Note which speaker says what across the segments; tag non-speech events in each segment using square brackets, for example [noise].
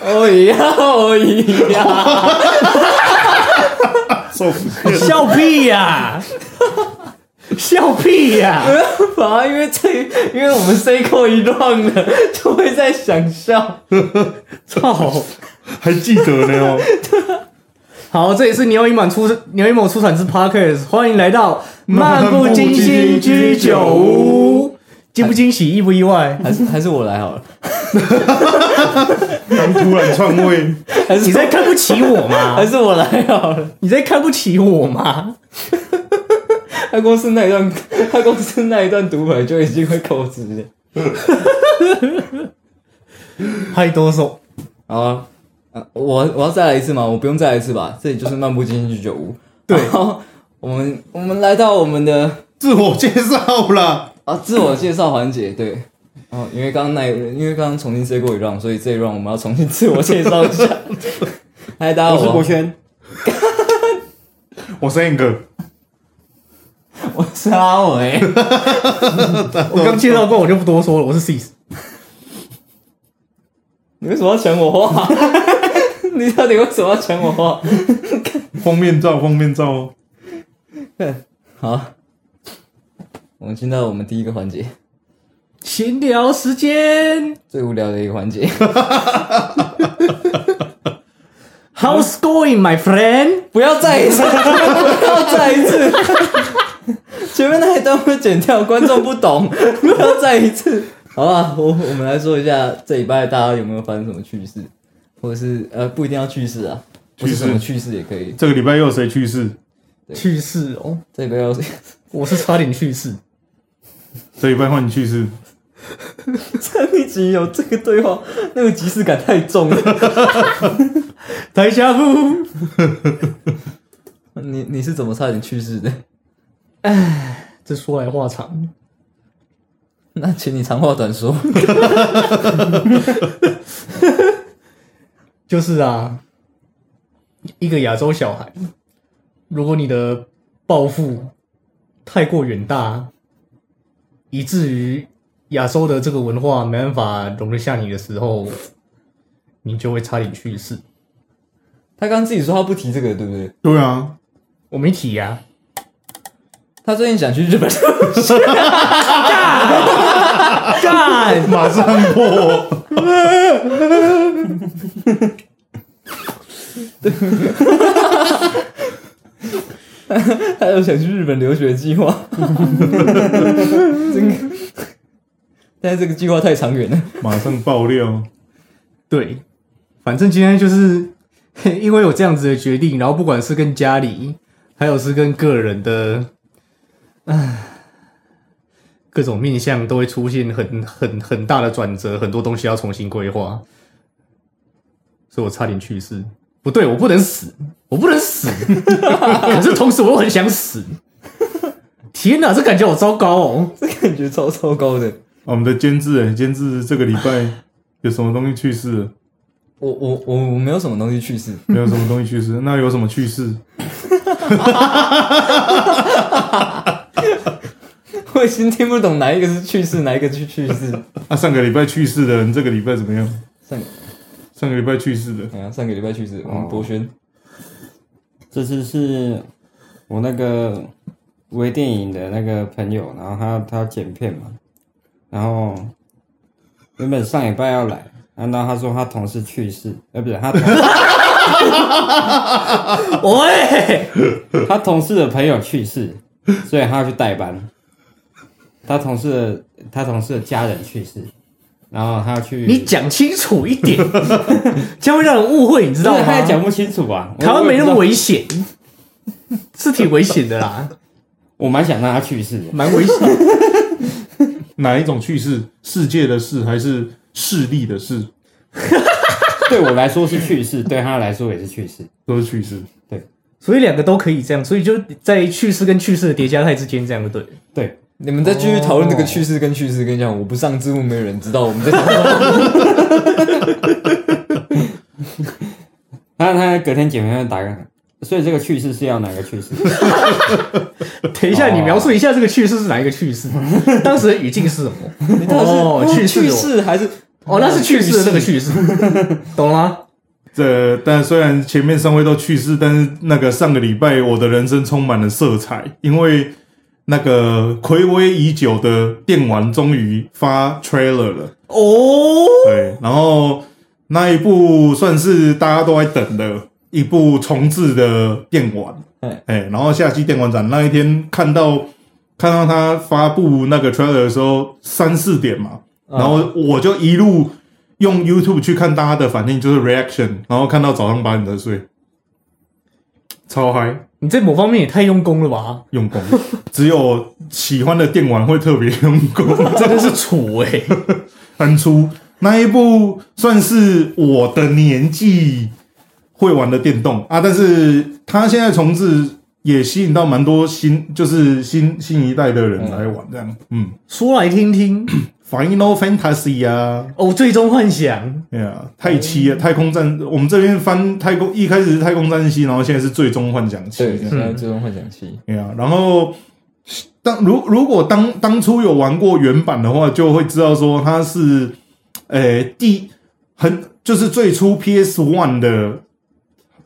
Speaker 1: 哦咦呀，哦咦
Speaker 2: [laughs]
Speaker 1: 呀，
Speaker 3: 受不了。
Speaker 2: 笑屁呀、笑屁呀、
Speaker 1: 没办法，因为这因为我们 C 扣一乱了，就会在想笑。
Speaker 2: 操！
Speaker 3: [laughs] 还记得呢哦，
Speaker 2: 好，这里是牛一满出牛一某出产之 Parkers，欢迎来到漫不经心居酒屋。惊不惊喜，意不意外？
Speaker 1: 还是还是我来好了，
Speaker 3: 刚突然篡位，
Speaker 1: 还
Speaker 2: 你
Speaker 1: 是
Speaker 2: 在看不起我
Speaker 1: [laughs]
Speaker 2: 吗
Speaker 1: 还？是我来好了。
Speaker 2: 你在看不起我吗？
Speaker 1: [laughs] 他公司那一段，他公司那一段读本就已经会扣职了。
Speaker 2: [laughs] 太哆嗦。
Speaker 1: 好啊，啊我我要再来一次吗？我不用再来一次吧？这里就是漫步经济酒屋。
Speaker 2: 对
Speaker 1: 然后我们我们来到我们的
Speaker 3: 自我介绍啦。
Speaker 1: 啊，自我介绍环节，对。哦，因为刚刚那一，因为刚刚重新 say 过一 round，所以这一 round 我们要重新自我介绍
Speaker 2: [laughs]
Speaker 1: 一下。嗨，大家好，
Speaker 4: 我是国轩，
Speaker 3: 我是 a n g
Speaker 1: 我是阿伟。
Speaker 2: 我刚介绍过，我就不多说了。我是 C，
Speaker 1: 你为什么要抢我话？ [laughs] 你到底为什么要抢我话？
Speaker 3: 封面照，封面照哦。
Speaker 1: 好，我们进到我们第一个环节，
Speaker 2: 闲聊时间
Speaker 1: 最无聊的一个环节。
Speaker 2: ，How's going, my friend？
Speaker 1: [laughs] 不要再一 [laughs] 次，不要再一次，前面那一段会剪掉，观众不 [laughs] 懂，不要再一次，好吧？我我们来说一下这礼拜大家有没有发生什么趣事，或者是呃不一定要趣事啊，不是
Speaker 3: 趣事
Speaker 1: 什么趣事也可以。
Speaker 3: 这个礼拜又有谁去世？
Speaker 2: 去世哦，
Speaker 1: 这礼拜要 [laughs]
Speaker 2: 我是差点去世。
Speaker 3: 这礼拜换你去世。
Speaker 1: 上一集有这个对话，那个即视感太重了。
Speaker 2: 台下不，
Speaker 1: 你你是怎么差点去世的？ [laughs]
Speaker 2: 这说来话长。
Speaker 1: 那请你长话短说。 [laughs]
Speaker 2: 就是啊，一个亚洲小孩，如果你的抱负太过远大，以至于亚洲的这个文化没办法容得下你的时候，你就会差点去世。
Speaker 1: 他刚刚自己说他不提这个，对不对？
Speaker 3: 对啊，
Speaker 2: 我啊没提呀、
Speaker 1: 他最近想去日本。 [laughs]
Speaker 2: 干，
Speaker 3: 马上破。
Speaker 1: 还有想去日本留学计划， [laughs] 真的但是这个计划太长远了。 [laughs]
Speaker 3: 马上爆料，哦
Speaker 2: 对，反正今天就是 [laughs] 嘿因为有这样子的决定，然后不管是跟家里，还有是跟个人的，唉，各种面向都会出现很很很大的转折，很多东西要重新规划，所以我差点去世。不对，我不能死，我不能死， [laughs] 可是同时我又很想死。天哪，这感觉好糟糕哦！
Speaker 1: 这感觉超糟糕的。
Speaker 3: 我们的监制哎，监制这个礼拜有什么东西去世了？
Speaker 1: 我我我我没有什么东西去世， [laughs]
Speaker 3: 没有什么东西去世，那有什么去世？
Speaker 1: 我已经听不懂哪一个是去世，哪一个是去世。
Speaker 3: 啊，上个礼拜去世的人，这个礼拜怎么样？
Speaker 1: 上
Speaker 3: 上个礼拜去世的，
Speaker 1: 哎呀，上个礼拜去世，我们博轩
Speaker 4: 这次是我那个微电影的那个朋友，然后他他剪片嘛，然后原本上礼拜要来，然后他说他同事去世，呃，不是他同 [laughs]
Speaker 2: 喂，
Speaker 4: 他同事的朋友去世，所以他要去代班。他同事的他同事的家人去世，然后他要去，
Speaker 2: 你讲清楚一点， [laughs] 这样会让人误会，你知
Speaker 4: 不
Speaker 2: 道
Speaker 4: 是
Speaker 2: 吗？
Speaker 4: 他也讲不清楚啊。我
Speaker 2: 台湾没那么，
Speaker 4: 我也不知道
Speaker 2: 危险， [laughs] 是挺危险的 [laughs] 啦，
Speaker 4: 我蛮想让他去世的。
Speaker 2: 蛮危险。
Speaker 3: 哪一种去世？世界的事还是势力的事？
Speaker 4: 对我来说是去世，对他来说也是去世。
Speaker 3: 都是去世。
Speaker 2: 所以两个都可以这样，所以就在去世跟去世的叠加态之间这样就对了。
Speaker 4: 对，
Speaker 1: 你们再继续讨论这个去世跟去世，跟你讲，我不上字幕，没有人知道我们在讨论。
Speaker 4: 他他隔天姐妹会打个，所以这个去世是要哪
Speaker 1: [laughs]
Speaker 4: 个去世？
Speaker 2: 等一下，
Speaker 4: 哦
Speaker 2: 你描述一 [laughs] 下这个去世是哪一个去世？当时的语境是什么？
Speaker 1: 你到底是
Speaker 2: 哦
Speaker 1: 哦
Speaker 2: 去世
Speaker 1: 去
Speaker 2: 哦
Speaker 1: 世还是
Speaker 2: 哦，那是去世的那个去 [laughs] 世，懂吗？
Speaker 3: 这但虽然前面三位都去世，但是那个上个礼拜我的人生充满了色彩，因为那个暌违已久的电玩终于发 trailer 了。
Speaker 1: 哦，
Speaker 3: 对，然后那一部算是大家都在等的一部重置的电玩，
Speaker 1: 哎
Speaker 3: 哎、然后夏季电玩展那一天看到看到他发布那个 trailer 的时候，三四点嘛，然后我就一路用 YouTube 去看大家的反应，就是 reaction，然后看到早上八点才睡，超嗨。
Speaker 2: 你在某方面也太用功了吧？
Speaker 3: 用功，只有喜欢的电玩会特别用功，
Speaker 2: 真的是楚哎、
Speaker 3: 很粗。那一部算是我的年纪会玩的电动啊，但是它现在重置也吸引到蛮多新，就是新新一代的人来玩这样。嗯
Speaker 2: 说来听听
Speaker 3: ，Final Fantasy 啊，
Speaker 2: 哦，最终幻想
Speaker 3: 哎呀，太七啊，太空战，我们这边翻太空，一开始是太空战七，然后现在是最终幻想七这
Speaker 1: 对，
Speaker 3: 样。
Speaker 1: 现在最终幻想七，
Speaker 3: 对啊，然后当如如果当当初有玩过原版的话，就会知道说它是，呃，第很就是最初 PS One 的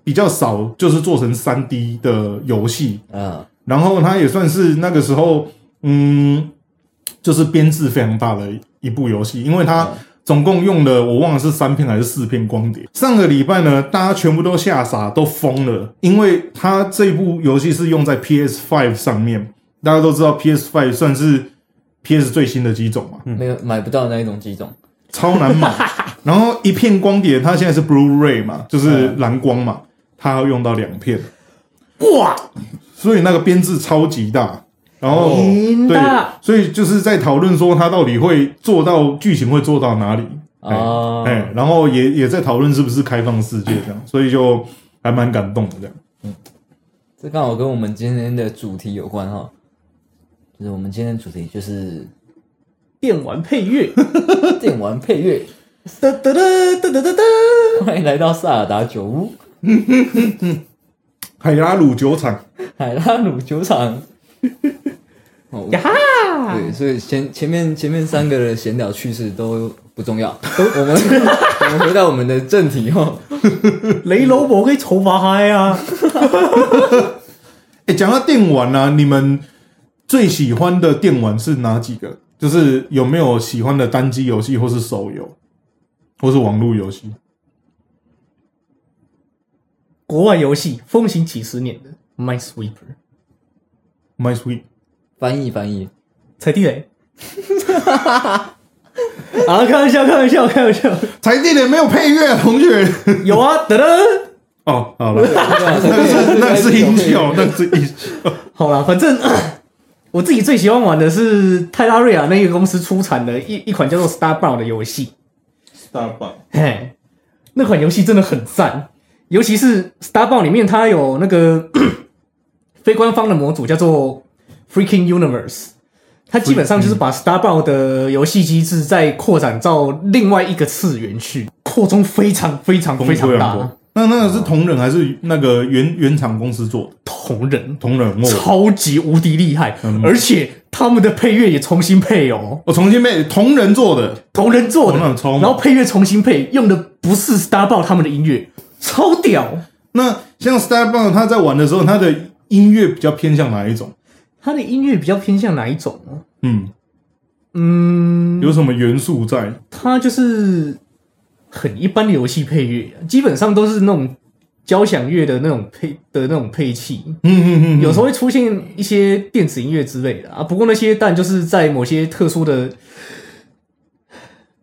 Speaker 3: 比较少，就是做成三 D 的游戏，
Speaker 1: 啊，
Speaker 3: 然后它也算是那个时候，嗯，就是编制非常大的一部游戏，因为它
Speaker 1: 嗯
Speaker 3: 总共用了我忘了是三片还是四片光碟。上个礼拜呢，大家全部都吓傻，都疯了，因为它这部游戏是用在 PS Five 上面，大家都知道 PS Five 算是 PS 最新的机种嘛，
Speaker 1: 那个买不到那一种机种，
Speaker 3: 超难买。然后一片光碟，它现在是 Blu-ray 嘛，就是蓝光嘛，它要用到两片，
Speaker 2: 哇，
Speaker 3: 所以那个编制超级大。然
Speaker 2: 哦
Speaker 3: 后
Speaker 2: 天
Speaker 3: 对
Speaker 2: 大，
Speaker 3: 所以就是在讨论说他到底会做到剧情会做到哪里，哎、
Speaker 1: 哦
Speaker 3: 哎然后也也在讨论是不是开放世界这样，所以就还蛮感动的这样。
Speaker 1: 这刚好跟我们今天的主题有关哈，就是我们今天的主题就是
Speaker 2: 电玩配乐，
Speaker 1: 电玩配乐，
Speaker 2: [laughs]
Speaker 1: [laughs]
Speaker 2: 哒哒哒哒哒哒哒，
Speaker 1: 欢迎来到萨尔达酒屋
Speaker 3: 海拉鲁酒厂，
Speaker 1: 海拉鲁酒
Speaker 3: [laughs]
Speaker 1: 厂。哦
Speaker 2: 呀哈，
Speaker 1: 对，所以前前面前面三个的闲聊趣事都不重要，我们我们回到我们的正题哦。
Speaker 2: 雷罗伯可以筹罚嗨啊，
Speaker 3: 哎、讲到电玩啊，你们最喜欢的电玩是哪几个？就是有没有喜欢的单机游戏，或是手游，或是网络游戏？
Speaker 2: 国外游戏风行几十年的 My Sweeper，
Speaker 3: My Sweet，
Speaker 1: 翻译翻译，
Speaker 2: 踩地雷。啊，开玩笑，开玩笑，开玩笑，
Speaker 3: 才地雷没有配乐、啊，同学。 [laughs]
Speaker 2: 有啊，哒哒。
Speaker 3: 哦，好了，
Speaker 1: 那
Speaker 3: 那个是那个是音效，那个是音效。
Speaker 2: 好啦，反正 [coughs] 我自己最喜欢玩的是泰拉瑞亚那个公司出产的一一款叫做 Starbound 的游戏。
Speaker 3: Starbucks，
Speaker 2: 嘿，那款游戏真的很赞，尤其是 Starbound 里面它有那个 [coughs] 非官方的模组叫做 Freaking Universe，它基本上就是把 Starbound 的游戏机制再扩展到另外一个次元去，扩充非常非常非常大。
Speaker 3: 那那个是同人还是那个原原厂公司做的？
Speaker 2: 同人
Speaker 3: 同人哦，
Speaker 2: 超级无敌厉害，而且他们的配乐也重新配哦。
Speaker 3: 我重新被同人做的，
Speaker 2: 同人做的，
Speaker 3: 哦那很超猛
Speaker 2: 然后配乐重新配，用的不是 Starbound 他们的音乐，超屌！
Speaker 3: 那像 Starbound 他在玩的时候，他的音乐比较偏向哪一种？
Speaker 2: 他的音乐比较偏向哪一种呢？
Speaker 3: 嗯，
Speaker 2: 嗯，
Speaker 3: 有什么元素在？
Speaker 2: 它就是很一般的游戏配乐，基本上都是那种交响乐的那种配的那种配器，
Speaker 3: 嗯嗯嗯，
Speaker 2: 有时候会出现一些电子音乐之类的啊。不过那些但就是在某些特殊的。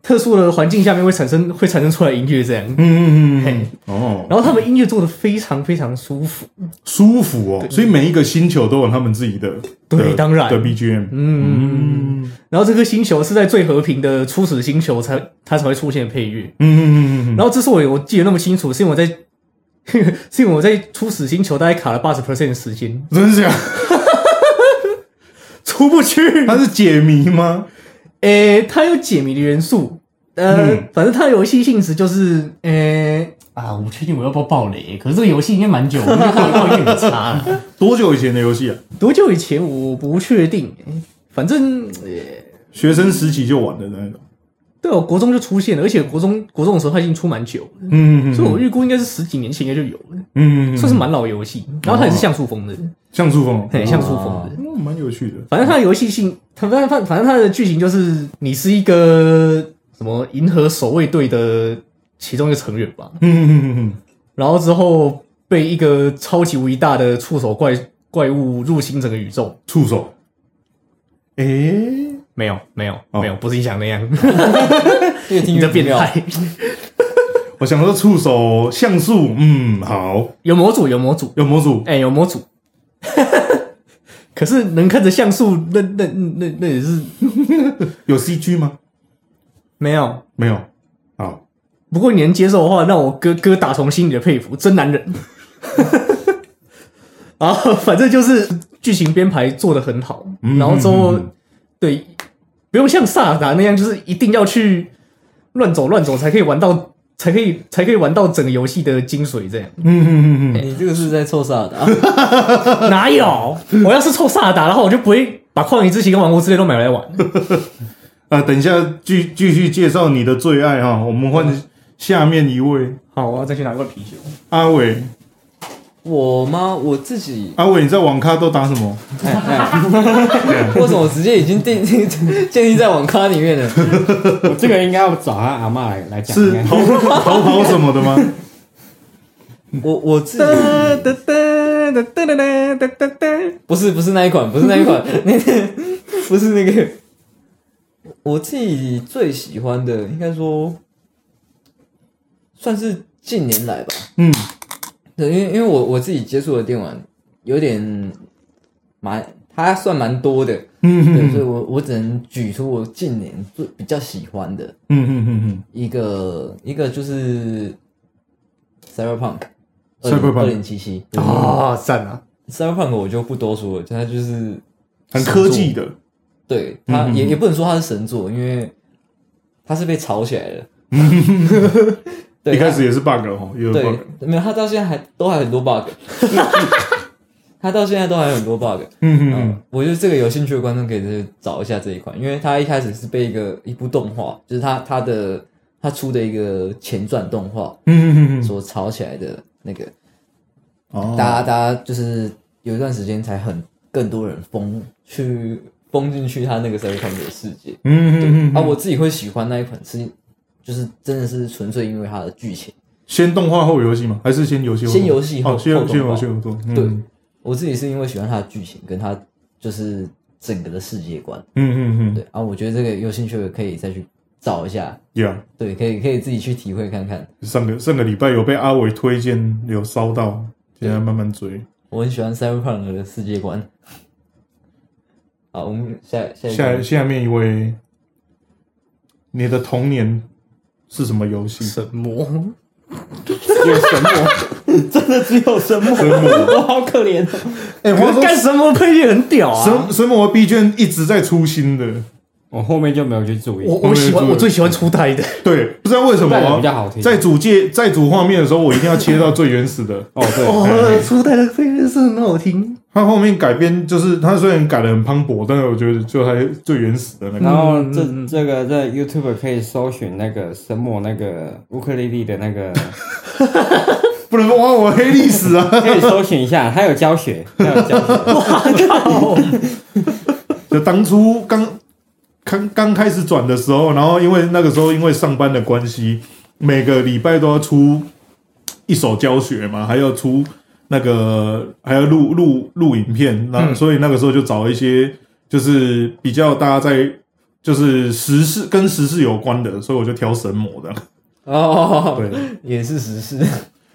Speaker 2: 特殊的环境下面会产生会产生出来音乐这样，
Speaker 3: 嗯嗯
Speaker 2: 嘿
Speaker 3: 嗯嗯，哦，
Speaker 2: 然后他们音乐做的非常非常舒服，
Speaker 3: 舒服哦，所以每一个星球都有他们自己的
Speaker 2: 对
Speaker 3: 的
Speaker 2: 当然
Speaker 3: 的 BGM，嗯嗯
Speaker 2: 然后这颗星球是在最和平的初始星球才它才会出现配乐。
Speaker 3: 嗯嗯嗯
Speaker 2: 然后之所以我记得那么清楚，是因为我在， [laughs] 是因为我在初始星球大概卡了八十 percent 的时间，
Speaker 3: 嗯，真是这样？
Speaker 2: 出不 [laughs]
Speaker 3: [laughs]
Speaker 2: 去。
Speaker 3: 它是解谜吗？
Speaker 2: 诶，它有解谜的元素，呃，
Speaker 3: 嗯
Speaker 2: 反正它的游戏性质就是，诶啊，我不确定我要不要爆雷，可是这个游戏应该蛮久，我觉得爆有点差啊了。
Speaker 3: 多久以前的游戏啊？
Speaker 2: [laughs] 多久以前我不确定，反正呃
Speaker 3: 学生时期就玩的那种，
Speaker 2: 对啊，我国中就出现了，而且国中国中的时候它已经出蛮久了，
Speaker 3: 嗯嗯
Speaker 2: 所以我预估应该是十几年前应该就有了，
Speaker 3: 嗯嗯，
Speaker 2: 算是蛮老游戏。然后它也是像素风的，
Speaker 3: 像素风，
Speaker 2: 很像素风的。
Speaker 3: 嗯，蛮有趣的。
Speaker 2: 反正它的游戏性，它反正反反正它的剧情就是你是一个什么银河守卫队的其中一个成员吧，
Speaker 3: 嗯嗯嗯
Speaker 2: 然后之后被一个超级无敌大的触手怪怪物入侵整个宇宙。
Speaker 3: 嗯，触手。哎诶，
Speaker 2: 没有，没有，
Speaker 3: 哦
Speaker 2: 没有，不 [laughs] 是你想那样，
Speaker 1: 越听
Speaker 2: 你
Speaker 1: 越
Speaker 2: 的变
Speaker 1: 妙。
Speaker 2: 态。
Speaker 3: 我想说触手像素，嗯，好，
Speaker 2: 有模组，有模组，
Speaker 3: 有模组，
Speaker 2: 哎、有模组。 [laughs] 可是能看着像素，那那那那也是
Speaker 3: 有 CG 吗？
Speaker 2: 没有。
Speaker 3: 没有。好，
Speaker 2: 不过你能接受的话，让我哥哥打从心里的佩服，真男人。 [laughs] 然后反正就是剧情编排做的很好，
Speaker 3: 嗯
Speaker 2: 然后之后
Speaker 3: 嗯嗯
Speaker 2: 对，不用像萨尔达那样，就是一定要去乱走乱走才可以玩到，才可以才可以玩到整个游戏的精
Speaker 3: [laughs]
Speaker 2: 髓。这样
Speaker 3: 嗯嗯嗯嗯，
Speaker 1: 哎你这个是在凑啥的
Speaker 3: [laughs]
Speaker 1: 啊？
Speaker 2: 哪有？我要是凑萨尔达的话，我就不会把《旷野之息》跟《王国之泪》都买来玩。
Speaker 3: 啊，等一下继继续介绍你的最爱哈，我们换下面一位
Speaker 2: 好，我要再去拿一罐啤酒。
Speaker 3: 阿伟。
Speaker 1: 我吗？我自己
Speaker 3: 阿伟，你在网咖都打什么？
Speaker 1: 哎
Speaker 3: [laughs]
Speaker 1: 哎为什么我直接已经定建立在网咖里面了？
Speaker 4: 我这个应该要找他阿嬷来来讲。应
Speaker 3: 是
Speaker 4: 该
Speaker 3: 逃逃跑什么的吗？
Speaker 1: 我我自己不是不是那一款，不是那一 [laughs] 款，那个不是那个。我自己最喜欢的，应该说算是近年来吧。
Speaker 3: 嗯
Speaker 1: 对，因为因为我我自己接触的电玩有点蛮，它算蛮多 [laughs] 的，
Speaker 3: 嗯
Speaker 1: 对，
Speaker 3: 嗯
Speaker 1: 所以
Speaker 3: 嗯
Speaker 1: 我我只能举出我近年最比较喜欢的
Speaker 3: 嗯嗯
Speaker 1: 一个一个就是 Cyberpunk
Speaker 3: 2077
Speaker 1: 二零七七
Speaker 2: 啊，赞啊！
Speaker 1: Cyberpunk 我就不多说了，就它就是
Speaker 3: 很科技的。
Speaker 1: 对它
Speaker 3: 嗯嗯
Speaker 1: 也
Speaker 3: 嗯
Speaker 1: 也不能说它是神作，因为它是被炒起来
Speaker 3: [laughs]
Speaker 1: 的。对，
Speaker 3: 一开始也是 bug 哦，也有
Speaker 1: 对
Speaker 3: bug。，
Speaker 1: 没有，它到现在还都还有很多 bug，它到现在都还有很多 bug。
Speaker 3: 嗯嗯
Speaker 1: 嗯
Speaker 3: 嗯，，
Speaker 1: 我觉得这个有兴趣的观众可以去找一下这一款，因为它一开始是被一个一部动画，就是它它的它出的一个前传动画
Speaker 3: 嗯嗯嗯嗯，
Speaker 1: 所炒起来的那个，
Speaker 3: 哦，
Speaker 1: 大家大家就是有一段时间才很更多人疯去疯进去它那个 cyberpunk 的世界。
Speaker 3: 嗯嗯嗯，
Speaker 1: 啊，我自己会喜欢那一款是，就是真的是纯粹因为它的剧情。
Speaker 3: 先动画后游戏吗？还是先游戏后动画？
Speaker 1: 先游戏后
Speaker 3: 哦，先
Speaker 1: 后
Speaker 3: 游
Speaker 1: 动
Speaker 3: 先游
Speaker 1: 画
Speaker 3: 戏后动。嗯
Speaker 1: 对我自己是因为喜欢它的剧情跟它就是整个的世界观。
Speaker 3: 嗯嗯嗯
Speaker 1: 对啊，我觉得这个有兴趣的可以再去找一下。
Speaker 3: ，Yeah。
Speaker 1: 对，可以可以自己去体会看看。
Speaker 3: 上个上个礼拜有被阿伟推荐，有烧到，现在慢慢追。
Speaker 1: 我很喜欢 Cyberpunk 的世界观。 [laughs] 好，我们下下一
Speaker 3: 下
Speaker 1: 个
Speaker 3: 下面一位，你的童年是什么游戏？
Speaker 2: 神魔，
Speaker 3: 有神魔，
Speaker 1: [laughs] 真的只有神
Speaker 4: [laughs]
Speaker 1: 魔，
Speaker 3: 神魔。
Speaker 1: 我好可怜、
Speaker 3: 哎，话说
Speaker 2: 干神魔配乐很屌啊！
Speaker 3: 神神魔 B 卷一直在出新的，
Speaker 4: 我后面就没有去注意。
Speaker 2: 我我喜欢我最喜欢初代的，
Speaker 3: 对，不知道为什
Speaker 4: 初代的
Speaker 3: 么
Speaker 4: 比较好听
Speaker 3: 在主界在主画面的时候，我一定要切到最原始的。
Speaker 4: 哦，对，
Speaker 2: 哦，初代的配乐是很好 [laughs] 听。
Speaker 3: 它后面改编就是它虽然改的很磅礴，但是我觉得就还最原始的那个。
Speaker 4: 然后这、
Speaker 2: 嗯嗯嗯
Speaker 4: 这个在 YouTube 可以搜寻那个神魔那个乌克丽丽的那
Speaker 1: [laughs]
Speaker 4: 个，
Speaker 3: 不能挖我黑历史啊！
Speaker 4: 可以搜寻一下，他有教学，他有教
Speaker 1: [laughs]
Speaker 4: 学。
Speaker 3: [laughs] 就当初刚刚刚开始转的时候，然后因为那个时候因为上班的关系，每个礼拜都要出一手教学嘛，还要出那个还要录录录影片，那、
Speaker 2: 嗯
Speaker 3: 所以那个时候就找一些就是比较大家在就是时事跟时事有关的，所以我就挑神魔的。
Speaker 1: 哦，
Speaker 3: 对，
Speaker 1: 也是实事。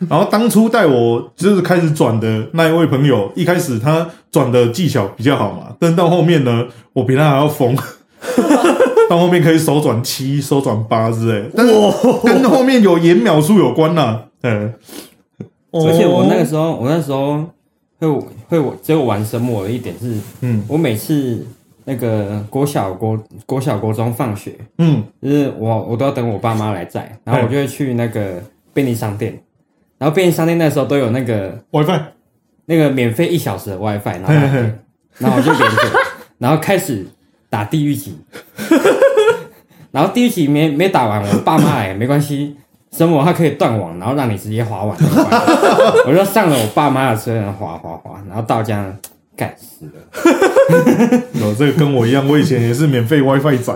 Speaker 3: 然后当初带我就是开始转的那一位朋友，一开始他转的技巧比较好嘛，但到后面呢，我比他还要疯。 [laughs] 到后面可以手转七、手转八之类，但是跟后面有延秒数有关呐、嗯，
Speaker 1: 哦
Speaker 4: 而且我那个时候，我那时候会会我只有玩神魔的一点是，
Speaker 3: 嗯，
Speaker 4: 我每次那个国小国国小国中放学，
Speaker 3: 嗯，
Speaker 4: 就是我我都要等我爸妈来载，然后我就会去那个便利商店，然后便利商店那时候都有那个
Speaker 3: WiFi，
Speaker 4: 那个免费一小时的 WiFi，然后
Speaker 3: 嘿嘿嘿
Speaker 4: 然后我就连着，然后开始打地狱级， [laughs] 然后第一集没没打完，我爸妈哎没关系，生活它可以断网， [laughs] 然后让你直接滑完。我就上了我爸妈的车，然后滑滑滑，然后到家干死了。
Speaker 3: 有这个跟我一样，我以前也是免费 WiFi 仔，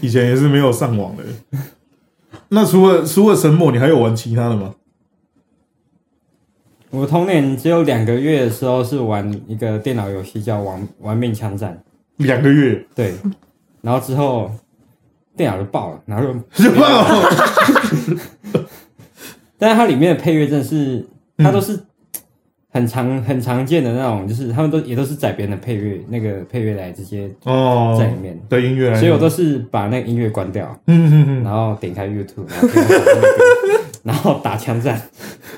Speaker 3: 以前也是没有上网的。那除了除了神魔，你还有玩其他的吗？
Speaker 4: 我童年只有两个月的时候是玩一个电脑游戏叫玩《玩命枪战》，
Speaker 3: 两个月
Speaker 4: 对，然后之后电脑就爆了，然后就，
Speaker 3: 就爆，
Speaker 4: 但是它里面的配乐真的是，它都
Speaker 3: 嗯
Speaker 4: 是很常很常见的那种，就是他们都也都是载别人的配乐，那个配乐来直接
Speaker 3: 哦
Speaker 4: 在里面，
Speaker 3: 的音乐来源，
Speaker 4: 所以我都是把那个音乐关掉，
Speaker 3: 嗯嗯嗯，
Speaker 4: 然后点开 YouTube，然后听 [laughs] 他打那个然后打枪战，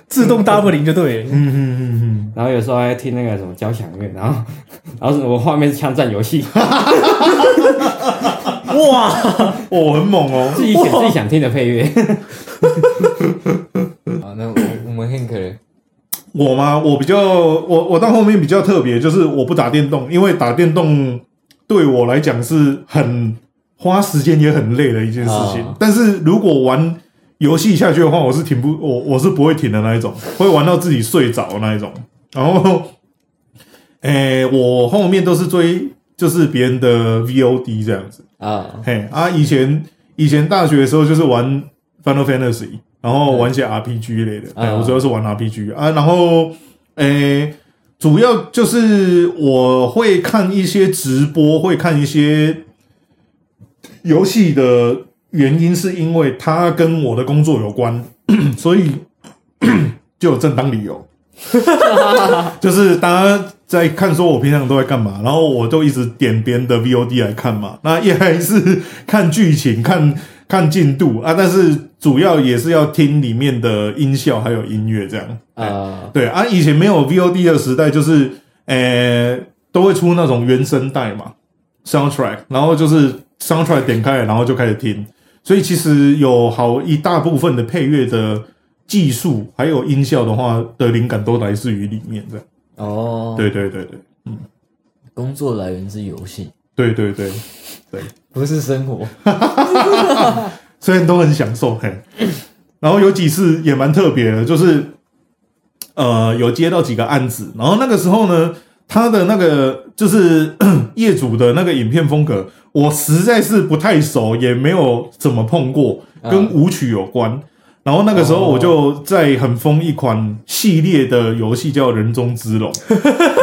Speaker 2: 自动 double 零就对了。
Speaker 3: 嗯嗯嗯嗯，
Speaker 4: 然后有时候还听那个什么交响乐，然后然后我画面是枪战
Speaker 3: [laughs]
Speaker 4: 游戏，
Speaker 3: 哦，很猛哦，
Speaker 4: 自己选自己想听的配乐。
Speaker 1: 好，那我我们 Hank 嘞
Speaker 3: 我吗？我比较我我到后面比较特别，就是我不打电动，因为打电动对我来讲是很花时间也很累的一件事情。
Speaker 1: 啊
Speaker 3: 但是如果玩游戏下去的话，我是停不我我是不会停的那一种，会玩到自己睡着的那一种。然后， [laughs] 诶、我后面都是追就是别人的 VOD 这样子。
Speaker 1: 啊，
Speaker 3: 嘿啊，以前以前大学的时候就是玩 Final Fantasy，然后玩一些 RPG 类的。哎、
Speaker 1: 啊
Speaker 3: 我主要是玩 RPG 啊，然后诶、主要就是我会看一些直播，会看一些游戏的原因，是因为它跟我的工作有关， [coughs] 所以就有正当理由。就是大家在看说我平常都在干嘛，然后我就一直点别人的 VOD 来看嘛。那也还是看剧情、看 [laughs] 看进度啊，但是主要也是要听里面的音效还有音乐这样。
Speaker 1: 啊
Speaker 3: 对啊，以前没有 VOD 的时代，就是呃都会出那种原声带嘛，soundtrack，然后就是 soundtrack 点开，然后就开始听。所以其实有好一大部分的配乐的技术还有音效的话的灵感都来自于里面这样。
Speaker 1: 哦，
Speaker 3: 对对对对
Speaker 1: 工作来源是游戏，
Speaker 3: 对对对， [laughs]
Speaker 1: 不是生活。
Speaker 3: 虽然都很享受嘿。然后有几次也蛮特别的，就是呃有接到几个案子，然后那个时候呢，他的那个就是 [coughs] 业主的那个影片风格，我实在是不太熟，也没有怎么碰过，跟舞曲有关。然后那个时候我就在很疯一款系列的游戏叫《人中之龙》，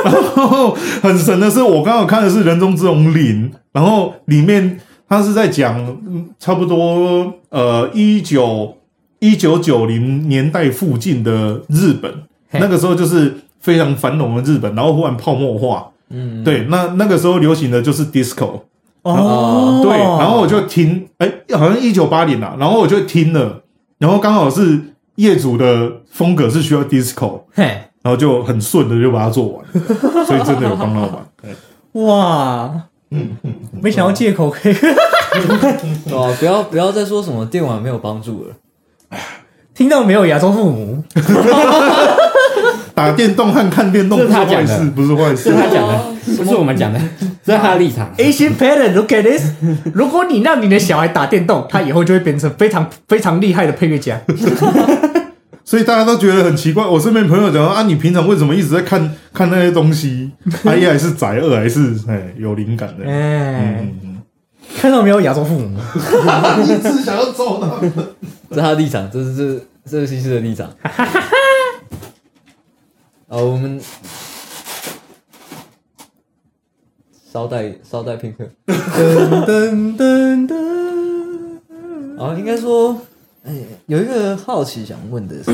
Speaker 3: 然后很神的是，我刚好看的是《人中之龙零》，然后里面他是在讲、嗯、差不多呃一九一九九零年代附近的日本，
Speaker 2: 嘿
Speaker 3: 那个时候就是非常繁荣的日本，然后忽然泡沫化，
Speaker 1: 嗯，
Speaker 3: 对，那那个时候流行的就是 disco，
Speaker 1: 哦
Speaker 3: 对，然后我就听，哎、好像一九八零啊，然后我就听了，然后刚好是业主的风格是需要 disco，
Speaker 2: 嘿，
Speaker 3: 然后就很顺的就把它做完了，所以真的有帮到
Speaker 4: [laughs]
Speaker 3: 忙。
Speaker 2: 哇， [laughs] 没想到借口可以 [laughs]
Speaker 1: 对啊，不要不要再说什么电玩没有帮助了。
Speaker 2: 听到没有？亚洲父母，
Speaker 3: 打电动和看电动不
Speaker 4: 这
Speaker 3: 是
Speaker 4: 是他
Speaker 3: 坏
Speaker 4: 讲的
Speaker 3: 事，不是坏
Speaker 4: 这
Speaker 3: 事
Speaker 4: 是。他讲的，不是我们讲的，
Speaker 3: 嗯
Speaker 4: 这是他的立场。
Speaker 2: Asian parent look at this。如果你让你的小孩打电动，他以后就会变成非常非常厉害的配乐家。
Speaker 3: 所以大家都觉得很奇怪。我身边朋友讲说啊，你平常为什么一直在看看那些东西？啊一还是宅，二还是哎有灵感的。
Speaker 2: 哎，
Speaker 3: 嗯嗯
Speaker 2: 看到没有？亚洲父母，
Speaker 3: 嗯，一直想要揍他们。
Speaker 1: 这是他的立场，这是这是这是西施的立场。 [laughs] 啊，我们稍待稍待片刻。
Speaker 2: 噔噔噔噔，
Speaker 1: 啊，应该说，哎、有一个好奇想问的是，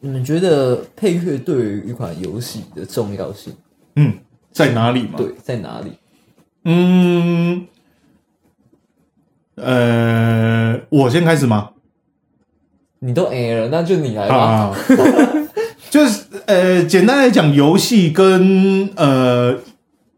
Speaker 1: 你们觉得配乐对于一款游戏的重要性，
Speaker 3: 嗯，在哪里嘛？
Speaker 1: 对，在哪里？
Speaker 3: 嗯，呃，我先开始吗？
Speaker 1: 你都 A 了，那就你来吧。
Speaker 3: 啊， [laughs] 就是呃，简单来讲，游戏跟呃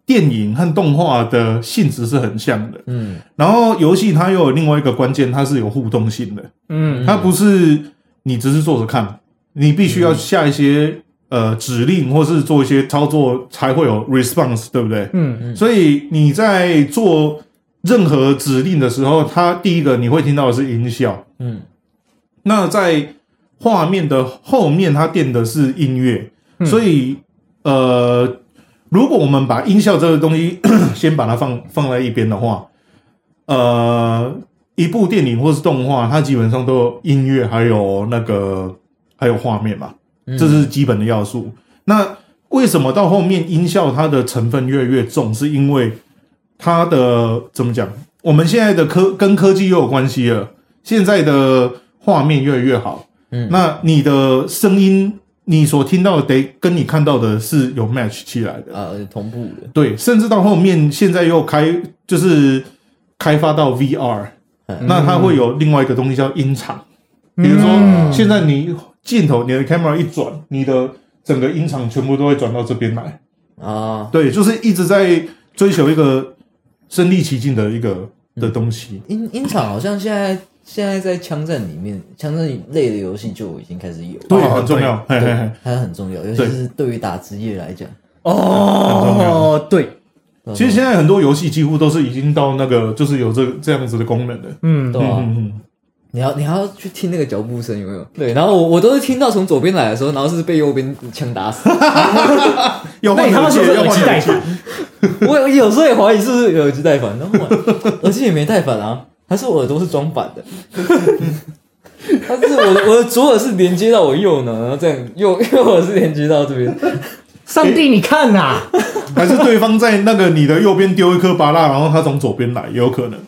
Speaker 3: 电影和动画的性质是很像的。
Speaker 1: 嗯，
Speaker 3: 然后游戏它又有另外一个关键，它是有互动性的。
Speaker 2: 嗯，
Speaker 3: 它不是你只是坐着看，你必须要下一些、呃指令或是做一些操作才会有 response，对不对？
Speaker 2: 嗯
Speaker 3: 所以你在做任何指令的时候，它第一个你会听到的是音效，
Speaker 1: 嗯，
Speaker 3: 那在画面的后面，它垫的是音乐，所以呃，如果我们把音效这个东西 [coughs] 先把它放放在一边的话，呃，一部电影或是动画，它基本上都有音乐，还有那个还有画面嘛，
Speaker 1: 嗯
Speaker 3: 这是基本的要素。那为什么到后面音效它的成分越来越重？是因为它的怎么讲？我们现在的科跟科技又有关系了，现在的画面越来越好，
Speaker 1: 嗯
Speaker 3: 那你的声音，你所听到的得跟你看到的是有 match 起来的，
Speaker 1: 啊，同步的，
Speaker 3: 对，甚至到后面现在又开就是开发到 VR，、
Speaker 1: 嗯
Speaker 3: 那它会有另外一个东西叫音场，比如说
Speaker 2: 嗯
Speaker 3: 现在你镜头你的 camera 一转，你的整个音场全部都会转到这边来，
Speaker 1: 啊，
Speaker 3: 对，就是一直在追求一个身临其境的一个的东西，
Speaker 1: 音音场好像现在现在在枪战里面，枪战类的游戏就已经开始有，
Speaker 3: 对，
Speaker 2: 哦
Speaker 3: 很重要，嘿嘿嘿
Speaker 1: 对，它很重要，尤其
Speaker 3: 对
Speaker 1: 是对于打职业来讲，
Speaker 3: 很重要
Speaker 2: 哦，对，
Speaker 1: 嗯
Speaker 3: 其实现在很多游戏几乎都是已经到那个，就是有这这样子的功能的。
Speaker 2: 嗯，
Speaker 1: 对啊，
Speaker 3: 嗯嗯，
Speaker 1: 你要你还要去听那个脚步声有没有？对，然后我我都是听到从左边来的时候，然后是被右边枪打死。
Speaker 3: 要
Speaker 2: 那
Speaker 3: 换
Speaker 2: 你他妈
Speaker 3: 游戏，
Speaker 2: 是不是
Speaker 3: 要
Speaker 2: 耳
Speaker 3: 换
Speaker 2: 机戴
Speaker 3: 游戏。
Speaker 2: 反？
Speaker 1: 我有有时候也怀疑是不是有耳机戴反，然后我 [laughs] 耳机也没戴反啊，还是我耳朵是装反的。 [laughs] 但是我的我的左耳是连接到我右呢，然后这样右 [laughs] 右耳是连接到这边，
Speaker 2: 上帝，你看啊呐，
Speaker 3: 还是对方在那个你的右边丢一颗巴拉，然后他从左边来，也有可能。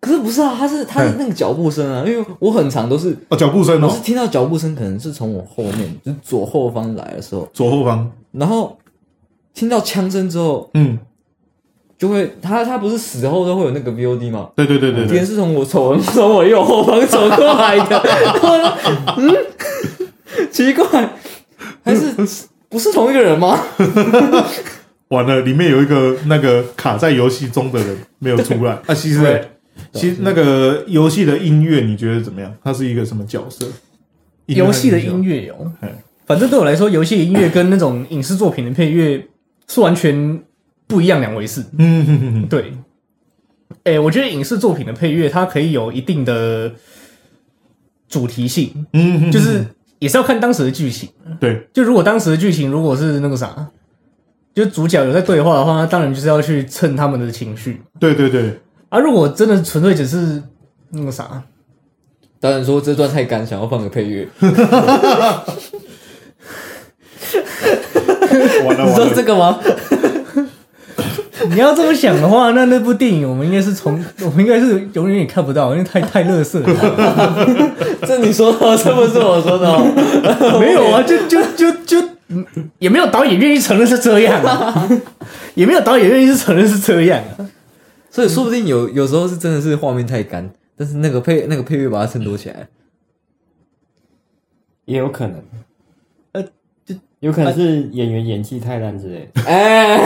Speaker 1: 可是不是啊？它是它是那个脚步声啊，因为我很常都是
Speaker 3: 哦，脚步声
Speaker 1: 我是
Speaker 3: 哦，
Speaker 1: 听到脚步声，可能是从我后面，就是左后方来的时候，
Speaker 3: 左后方。
Speaker 1: 然后听到枪声之后，
Speaker 3: 嗯，
Speaker 1: 就会他他不是死后都会有那个 VOD 吗？
Speaker 3: 对对对对
Speaker 1: 敌人
Speaker 3: 对，
Speaker 1: 是从我从我从我右后方走过来
Speaker 3: [laughs]
Speaker 1: 的，然后呢嗯，奇怪，还是不是同一个人吗？
Speaker 3: 完了，里面有一个那个卡在游戏中的人没有出来 [laughs] 啊。其实
Speaker 2: 对，
Speaker 3: 其实那个游戏的音乐你觉得怎么样？它是一个什么角色？
Speaker 2: 游戏的音
Speaker 3: 乐，哎
Speaker 2: 乐哦
Speaker 3: 嘿，
Speaker 2: 反正对我来说，游戏的音乐跟那种影视作品的配乐是完全不一样两回事。
Speaker 3: 嗯哼哼哼，
Speaker 2: 对，哎、我觉得影视作品的配乐它可以有一定的主题性，
Speaker 3: 嗯哼哼，
Speaker 2: 就是也是要看当时的剧情。
Speaker 3: 对，
Speaker 2: 就如果当时的剧情如果是那个啥，就主角有在对话的话，那当然就是要去蹭他们的情绪。
Speaker 3: 对对对，
Speaker 2: 啊，如果真的纯粹只是那个啥，
Speaker 1: 导演说这段太干，想要放个配
Speaker 3: [laughs]
Speaker 1: 乐。
Speaker 3: 完了
Speaker 2: [laughs]
Speaker 1: 你
Speaker 3: 完
Speaker 1: 说
Speaker 3: 了
Speaker 1: 这。个吗？
Speaker 2: 你要这么想的话，那那部电影我们应该是从我们应该是永远也看不到，因为太太乐色了。
Speaker 1: 这你说的
Speaker 3: [laughs]
Speaker 1: 哦，这不是我说的哦。
Speaker 2: 没有啊，就就就就嗯也没有导演愿意承认是这样、啊，也没有导演愿意承认是这样、啊。
Speaker 1: 所以说不定有有时候是真的是画面太干，但是那个配那个配乐把它衬托起来。
Speaker 4: 也有可能，
Speaker 2: 呃，
Speaker 4: 有可能是演员演技太烂之类
Speaker 1: [laughs]
Speaker 4: 的。
Speaker 1: 哎，
Speaker 3: 哎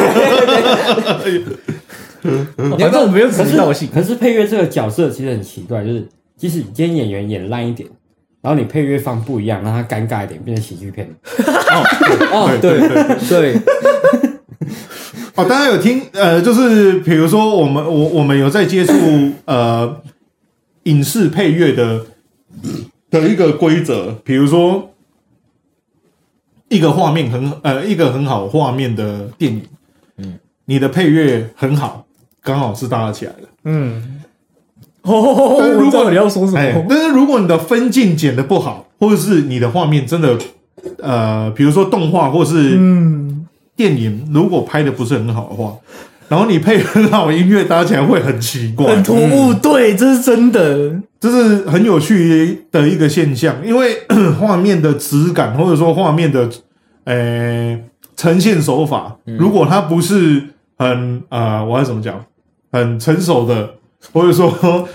Speaker 1: 你要
Speaker 2: 反
Speaker 1: 不要
Speaker 2: 正我没有仔
Speaker 4: 可
Speaker 2: 细
Speaker 4: 是
Speaker 2: 道姓，
Speaker 4: 可是配乐这个角色其实很奇怪，就是即使你今天演员演烂一点，然后你配乐放不一样，让他尴尬一点，变成喜剧片。
Speaker 1: 哦，对对，
Speaker 3: 哦，大家有听呃，就是比如说我们我我们有在接触呃影视配乐的的一个规则，比如说一个画面很呃一个很好画面的电影，
Speaker 1: 嗯，
Speaker 3: 你的配乐很好，刚好是搭得起来的。
Speaker 2: 嗯。哦，
Speaker 3: 但是如
Speaker 2: 我知
Speaker 3: 果
Speaker 2: 道你要说什
Speaker 3: 哎，
Speaker 2: 么，
Speaker 3: 但是如果你的分镜剪的不好，或者是你的画面真的呃，比如说动画或是
Speaker 2: 嗯，
Speaker 3: 电影如果拍的不是很好的话，然后你配很好的音乐搭起来会很奇怪
Speaker 2: 很，突兀，对，这是真的。
Speaker 3: 这是很有趣的一个现象，因为 [coughs] 画面的质感或者说画面的呃呈现手法，如果它不是很呃，我要怎么讲，很成熟的，或者说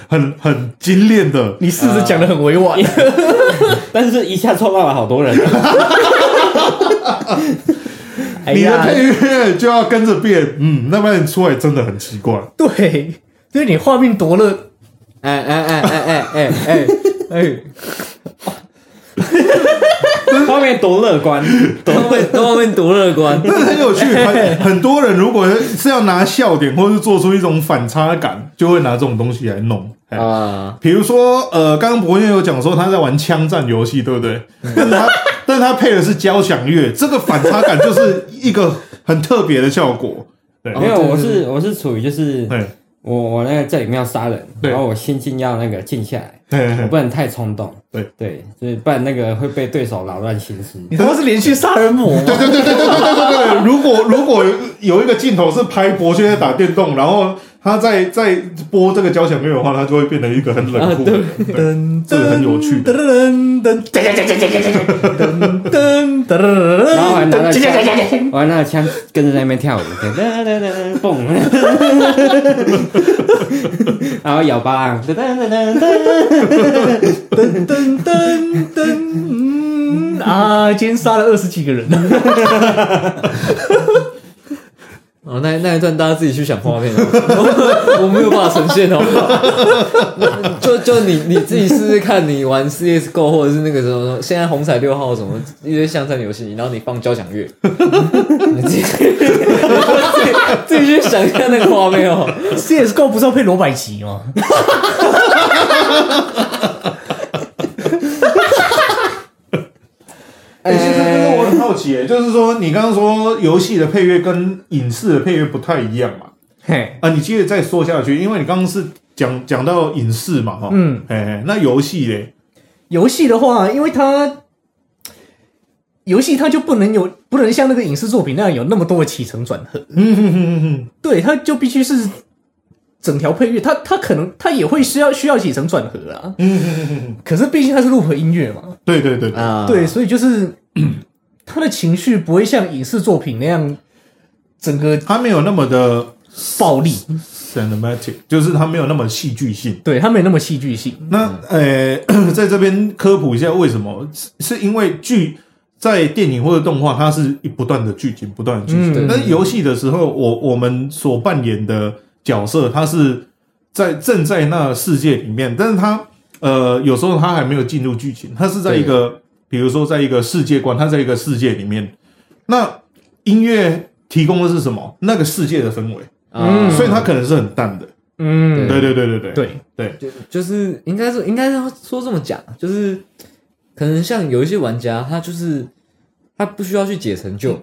Speaker 3: 很很精炼的，
Speaker 2: 你试着讲的很委婉，
Speaker 4: 但是一下创造了好多人，
Speaker 2: 哎
Speaker 3: 你的
Speaker 2: 呀，
Speaker 3: 配乐就要跟着变，嗯，那不然出来真的很奇怪。
Speaker 2: 对，就是你画面多了，
Speaker 1: 哎哎哎哎哎哎哎，
Speaker 2: 哎，
Speaker 4: 后面多乐观，
Speaker 1: 都后面都后面多乐观，
Speaker 3: 那很有趣。很很多人如果是要拿笑点，或是做出一种反差感，就会拿这种东西来弄。哎
Speaker 1: 啊，
Speaker 3: 比如说，呃，刚刚博彦有讲说他在玩枪战游戏，对不对？
Speaker 2: 嗯
Speaker 3: 但他但他配的是交响乐，这个反差感就是一个很特别的效果。哎对，
Speaker 1: 哦
Speaker 4: 没有，
Speaker 1: 对
Speaker 4: 我
Speaker 1: 对
Speaker 4: 是我是处于就是
Speaker 3: 对，
Speaker 4: 我我那个在里面要杀人，
Speaker 3: 对
Speaker 4: 然后我心境要那个静下来，
Speaker 3: 对
Speaker 4: 我
Speaker 3: 对
Speaker 4: 不能太冲动，
Speaker 3: 对
Speaker 4: 对，所以不然那个会被对手扰乱心思。
Speaker 2: 你他妈是连续杀人魔吗？
Speaker 3: 对对对对对对对。如果如果有一个镜头是拍博轩在打电动，然后他在在播这个交响乐的话，他就会变成一个很冷酷的人。对
Speaker 2: 噔
Speaker 3: 这个很有趣
Speaker 2: 噔噔噔噔噔噔
Speaker 4: 然后我
Speaker 2: 噔
Speaker 4: 还拿了
Speaker 2: 噔
Speaker 4: 枪
Speaker 2: 噔，
Speaker 4: 我还拿了枪跟着在那边跳舞，噔噔噔噔噔蹦， [laughs] 然后咬巴郎，噔噔噔
Speaker 2: 噔
Speaker 4: 噔噔，
Speaker 2: 噔噔噔，嗯啊，今天杀了二十几个人，
Speaker 1: 哦，那那一段大家自己去想画面哦，我我没有办法呈现哦。就就你你自己试试看，你玩 CS:GO 或者是那个什么，现在红彩六号什么一些巷战游戏，然后你放交响乐， [laughs] 你自己 [laughs] 自己去想一下那个画面哦。
Speaker 2: CSGO 不是要配罗百吉吗？
Speaker 3: 哎、其实这个我很好奇、哎，就是说你刚刚说游戏的配乐跟影视的配乐不太一样嘛？
Speaker 2: 嘿，
Speaker 3: 啊，你接着再说下去，因为你刚刚是讲讲到影视嘛，哈，
Speaker 2: 嗯，
Speaker 3: 哎、那游戏嘞，
Speaker 2: 游戏的话，因为它游戏它就不能有不能像那个影视作品那样有那么多的起承转合，
Speaker 3: 嗯哼哼哼哼，
Speaker 2: 对，它就必须是整条配乐，它它可能它也会需要需要起承转合啊，
Speaker 3: 嗯哼哼哼哼，
Speaker 2: 可是毕竟它是 loop 音乐嘛，
Speaker 3: 对对对，
Speaker 1: 啊，
Speaker 2: 对，所以就是 [clears throat] 它的情绪不会像影视作品那样整个
Speaker 3: 它没有那么的
Speaker 2: 暴力，
Speaker 3: cinematic，就是它没有那么戏剧性。
Speaker 2: 对，它没那么戏剧性，
Speaker 3: 那呃、 [clears throat] 在这边科普一下，为什么是是因为剧在电影或者动画，它是一不断的剧情，不断的剧情。
Speaker 2: 嗯
Speaker 3: 但是游戏的时候，我我们所扮演的角色，他是在正在那世界里面，但是他呃，有时候他还没有进入剧情，他是在一个，比如说在一个世界观，他在一个世界里面。那音乐提供的是什么？那个世界的氛围，
Speaker 1: 啊，
Speaker 3: 所以它可能是很淡的。
Speaker 2: 嗯，
Speaker 3: 对对对对对
Speaker 2: 对，
Speaker 3: 对，
Speaker 1: 就就是应该是应该是说这么讲，啊就是可能像有一些玩家，他就是他不需要去解成就，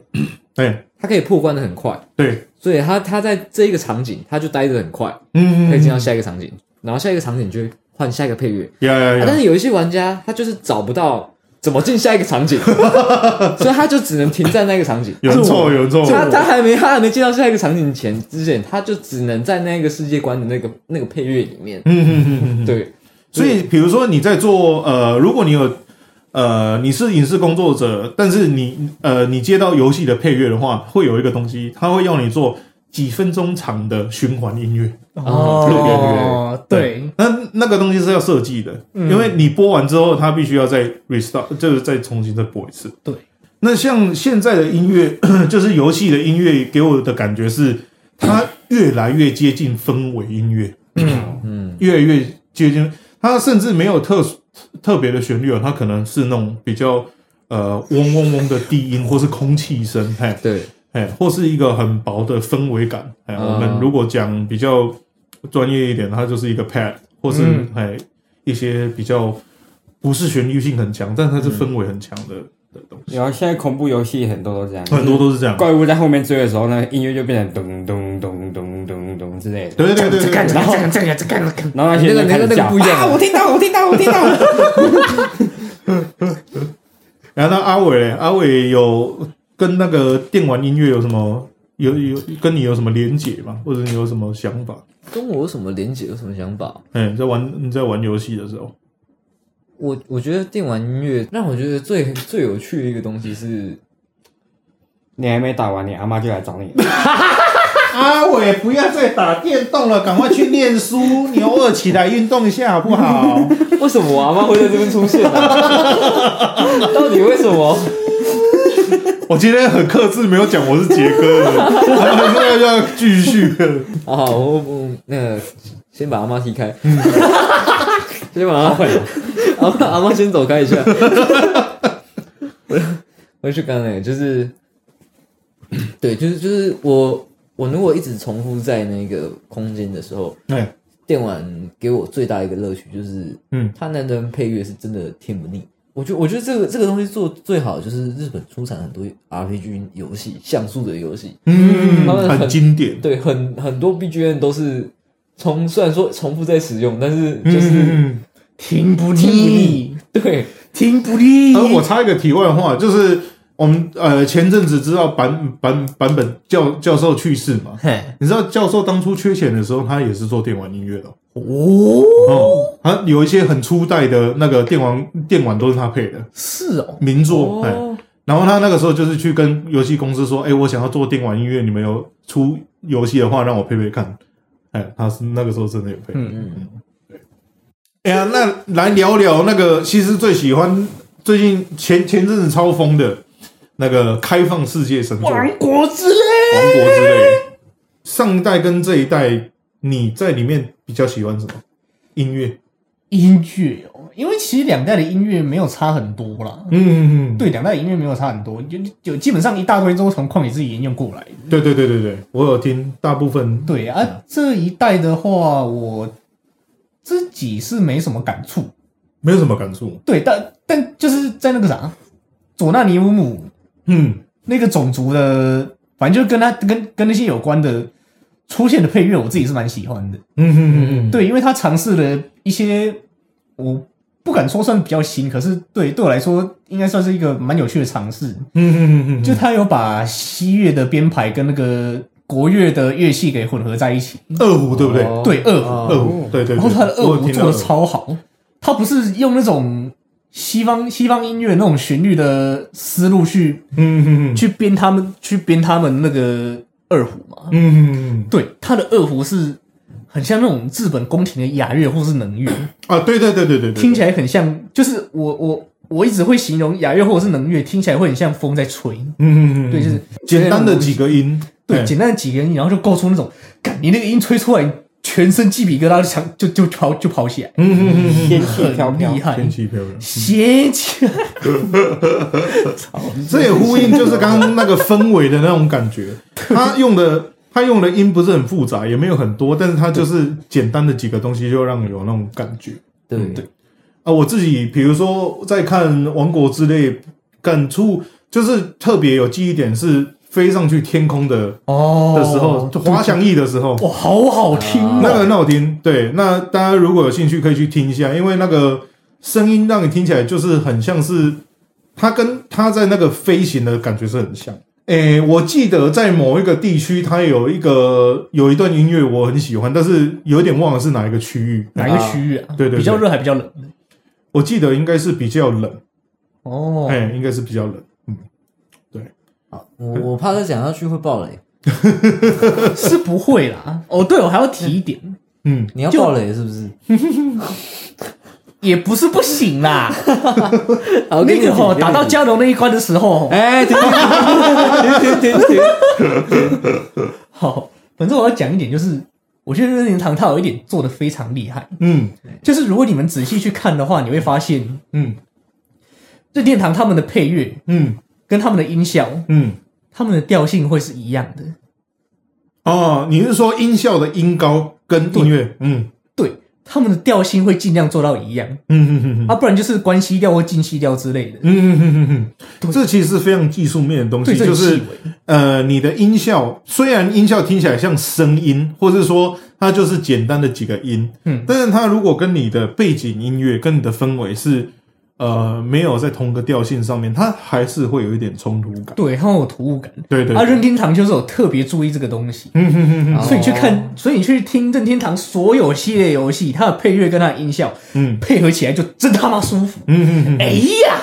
Speaker 3: 哎
Speaker 1: 他可以破关的很快。
Speaker 3: 对，
Speaker 1: 所以他他在这一个场景，他就待得很快，
Speaker 3: 嗯，
Speaker 1: 可以进到下一个场景，然后下一个场景就会换下一个配乐。
Speaker 3: 呀呀
Speaker 1: 啊
Speaker 3: 呀！
Speaker 1: 但是有一些玩家，他就是找不到怎么进下一个场
Speaker 3: [laughs]
Speaker 1: 景，所以他就只能停在那个场景。
Speaker 3: 有人错，有人错。
Speaker 1: 他他还没他还没进到下一个场景前之前，他就只能在那个世界观的那个那个配乐里面。
Speaker 3: 嗯嗯嗯嗯。
Speaker 1: 对，
Speaker 3: 所以，比如说你在做呃，如果你有呃，你是影视工作者，但是你呃，你接到游戏的配乐的话，会有一个东西，他会要你做几分钟长的循环音乐。
Speaker 2: 哦，对，
Speaker 3: 那那个东西是要设计的，
Speaker 2: 嗯
Speaker 3: 因为你播完之后，它必须要再 restart，就是再重新再播一次。
Speaker 2: 对，
Speaker 3: 那像现在的音乐， [clears throat] 就是游戏的音乐，给我的感觉是，它越来越接近氛围音乐，嗯，越来越接近。它甚至没有特殊特别的旋律哦，它可能是那种比较呃嗡嗡嗡的低音，或是空气声，嘿，
Speaker 1: 对，
Speaker 3: 哎，或是一个很薄的氛围感。哎，
Speaker 1: 嗯
Speaker 3: 我们如果讲比较专业一点，它就是一个 pad，或是、
Speaker 2: 嗯
Speaker 3: 哎一些比较不是旋律性很强，但它是氛围很强的、的东西，
Speaker 4: 然后现在恐怖游戏很多都这样，
Speaker 3: 很多都是这样。
Speaker 4: 怪物在后面追的时候，那个音乐就变成咚咚咚咚咚咚之类的，
Speaker 3: 对对对对对，
Speaker 2: 然后这个这个这个，
Speaker 4: 然后那
Speaker 1: 那
Speaker 4: 些
Speaker 1: 个
Speaker 4: 人
Speaker 1: 那
Speaker 4: 就开
Speaker 1: 个那个
Speaker 4: 始叫
Speaker 1: 不一，样
Speaker 4: 啊我听到，我听到，我听到。
Speaker 3: 然后那阿伟嘞，阿伟有跟那个电玩音乐有什么有有跟你有什么连结吗？或者你有什么想法？
Speaker 1: 跟我有什么连结，有什么想法？
Speaker 3: 哎，你在玩你在玩游戏的时候，
Speaker 1: 我我觉得电玩音乐让我觉得最最有趣的一个东西是，
Speaker 4: 你还没打完，你阿妈就来找你了。
Speaker 3: 阿伟不要再打电动了，赶快去念书，你偶尔起来运动一下好不好？
Speaker 1: 为什么我阿妈会在这边出现呢、 [laughs] 到底为什么？
Speaker 3: [laughs] 我今天很克制，没有讲我是杰哥的，他们说要继续的。
Speaker 1: 啊，好我我那个先把阿妈踢 [laughs] 开，先把阿妈，阿妈阿妈先走开一下。回去刚才就是，对，就是就是我我如果一直重复在那个空间的时候，
Speaker 3: 哎，
Speaker 1: 电玩给我最大一个乐趣就是，
Speaker 3: 嗯，
Speaker 1: 它那段配乐是真的听不腻。我觉我觉得这个这个东西做最好就是日本出产很多 RPG 游戏，像素的游戏，
Speaker 3: 嗯，
Speaker 1: 他们很
Speaker 3: 很经典，
Speaker 1: 对，很很多 BGM 都是重虽然说重复在使用，但是就是、
Speaker 3: 嗯，
Speaker 2: 听不
Speaker 1: 腻，对，
Speaker 2: 听不腻
Speaker 3: 呃，我插一个题外话，就是我们呃前阵子知道版版版本教教授去世嘛，
Speaker 2: 嘿，
Speaker 3: 你知道教授当初缺钱的时候，他也是做电玩音乐的哦
Speaker 2: 哦，
Speaker 3: 哦，他有一些很初代的那个电玩电玩都是他配的
Speaker 2: 是哦，
Speaker 3: 名作，哎、
Speaker 1: 哦，
Speaker 3: 然后他那个时候就是去跟游戏公司说，哎、我想要做电玩音乐，你们有出游戏的话，让我配配看。哎，他是那个时候真的有配。
Speaker 2: 嗯
Speaker 3: 嗯。哎呀，那来聊聊那个，其实最喜欢最近前前阵子超疯的那个开放世界
Speaker 2: [laughs]
Speaker 3: 神作《王国
Speaker 2: 国之泪，
Speaker 3: 之泪》，上一代跟这一代，你在里面比较喜欢什么音乐？
Speaker 2: 音乐哦，因为其实两代的音乐没有差很多啦。
Speaker 3: 嗯，嗯嗯
Speaker 2: 对，两代的音乐没有差很多，就就基本上一大堆都是从旷野之息沿用过来的。
Speaker 3: 对对对对对，我有听，大部分
Speaker 2: 对啊，这一代的话，我自己是没什么感触。
Speaker 3: 没有什么感触。
Speaker 2: 对，但但就是在那个啥，佐纳尼乌姆
Speaker 3: 嗯，
Speaker 2: 那个种族的，反正就是跟他跟跟那些有关的出现的配乐，我自己是蛮喜欢的。
Speaker 3: 嗯嗯嗯，
Speaker 2: 对，因为他尝试了一些，我不敢说算比较新，可是对对我来说应该算是一个蛮有趣的尝试。
Speaker 3: 嗯嗯嗯嗯，
Speaker 2: 就他有把西乐的编排跟那个国乐的乐器给混合在一起，
Speaker 3: 二胡对不对？
Speaker 1: 哦
Speaker 2: 对二胡
Speaker 1: 哦
Speaker 3: 二胡对啊对对，
Speaker 2: 然后他的
Speaker 3: 我
Speaker 2: 二
Speaker 3: 有
Speaker 2: 胡
Speaker 3: 听
Speaker 2: 做
Speaker 3: 到
Speaker 2: 的超好，他不是用那种西方西方音乐那种旋律的思路去
Speaker 3: 嗯嗯嗯
Speaker 2: 去编他们去编他们那个二胡嘛？
Speaker 3: 嗯嗯嗯
Speaker 2: 对，他的二胡是很像那种日本宫廷的雅乐或是能乐，
Speaker 3: 啊，对对对对对对，
Speaker 2: 听起来很像，就是我我我一直会形容雅乐或者是能乐，听起来会很像风在吹。
Speaker 3: 嗯嗯嗯，
Speaker 2: 对，就是
Speaker 3: 简单的几个音，
Speaker 2: 对
Speaker 3: 哎
Speaker 2: 简单的几个音，然后就构出那种，感你那个音吹出来，全身鸡皮疙瘩就想就就跑就跑起来，
Speaker 3: 嗯嗯嗯嗯
Speaker 4: 仙气飘
Speaker 2: 很
Speaker 4: 飘
Speaker 2: 厉，害，
Speaker 3: 天气漂亮，
Speaker 2: 邪气。
Speaker 3: 这也呼应就是刚刚那个氛围的那种感觉，他用的。他用的音不是很复杂，也没有很多，但是他就是简单的几个东西，就让你有那种感觉。
Speaker 1: 对
Speaker 2: 对
Speaker 3: 啊，我自己比如说在看《王国之泪》，感触就是特别有记忆点是飞上去天空的
Speaker 2: 哦
Speaker 3: 的时候，就滑翔翼的时候，
Speaker 2: 哇，好好听
Speaker 1: 啊
Speaker 3: 那个
Speaker 2: 哦！
Speaker 3: 很好听。对，那大家如果有兴趣可以去听一下，因为那个声音让你听起来就是很像是它跟它在那个飞行的感觉是很像。诶、我记得在某一个地区，它有一个有一段音乐我很喜欢，但是有点忘了是哪一个区域。
Speaker 2: 哪一个区域啊？
Speaker 3: 对对对
Speaker 2: 比较热还比较冷？
Speaker 3: 我记得应该是比较冷，
Speaker 2: 哦，
Speaker 3: 哎、应该是比较冷。
Speaker 1: 我我怕再讲下去会爆雷，
Speaker 2: 是不会啦。哦，对，我还要提一点，
Speaker 3: 嗯，
Speaker 1: 你要
Speaker 2: 就
Speaker 1: 爆雷是不是？
Speaker 2: 也不是不行啦。
Speaker 1: 好 [laughs] 我给
Speaker 2: 那
Speaker 1: 你
Speaker 2: 个吼，
Speaker 1: 提
Speaker 2: 打到，加农那一关的时候，
Speaker 1: 哎，停停停停停停，
Speaker 2: [laughs] 好，反正我要讲一点就是，我觉得任天堂它有一点做的非常厉害，
Speaker 3: 嗯
Speaker 2: 就是如果你们仔细去看的话，你会发现
Speaker 3: 嗯
Speaker 2: 任天堂他们的配乐
Speaker 3: 嗯
Speaker 2: 跟他们的音效，
Speaker 3: 嗯。
Speaker 2: 他们的调性会是一样的。
Speaker 3: 哦，你是说音效的音高跟音乐？嗯
Speaker 2: 对，他们的调性会尽量做到一样，
Speaker 3: 嗯嗯嗯嗯
Speaker 2: 啊，不然就是关系调或近系调之类的。
Speaker 3: 嗯嗯嗯嗯，这其实是非常技术面的东西，
Speaker 2: 对，这
Speaker 3: 就
Speaker 2: 很
Speaker 3: 是
Speaker 2: 细微。
Speaker 3: 呃，你的音效虽然音效听起来像声音，或是说它就是简单的几个音，
Speaker 2: 嗯
Speaker 3: 但是它如果跟你的背景音乐、跟你的氛围是呃没有在同个调性上面，它还是会有一点冲突感。
Speaker 2: 对，它有突兀感。
Speaker 3: 对对
Speaker 2: 啊，
Speaker 3: 对，
Speaker 2: 任天堂就是有特别注意这个东西，
Speaker 3: 嗯哼哼哼，
Speaker 1: 哦
Speaker 2: 所以你去看，所以你去听任天堂所有系列游戏，它的配乐跟它的音效
Speaker 3: 嗯
Speaker 2: 配合起来就真他妈舒服。
Speaker 3: 嗯哼哼，
Speaker 2: 哎呀，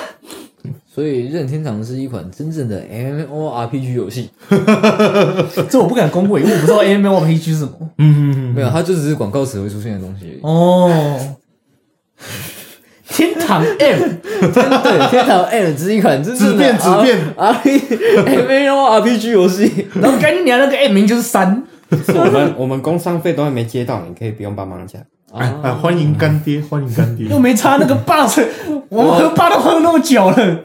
Speaker 1: 所以任天堂是一款真正的 M O R P G 游戏，
Speaker 2: 这我不敢恭维，因为我不知道 M L P G 是什么。
Speaker 3: 嗯哼
Speaker 1: 没有，它就只是广告词会出现的东西而
Speaker 2: 哦，天堂 M
Speaker 1: 已。对，哎天堂 M 只是一款真正的
Speaker 3: 只变只
Speaker 1: R-
Speaker 3: 变
Speaker 1: R P 哎 M O R P G 游戏。
Speaker 2: 然后跟你讲那个 M 名就是三，
Speaker 4: 是我们我们工商费都还没接到，你可以不用帮忙讲。
Speaker 3: 哎
Speaker 1: 啊
Speaker 3: 啊，欢迎干爹，欢迎干爹
Speaker 2: 又。没差那个 bug，我们喝 bug 都喝那么久了，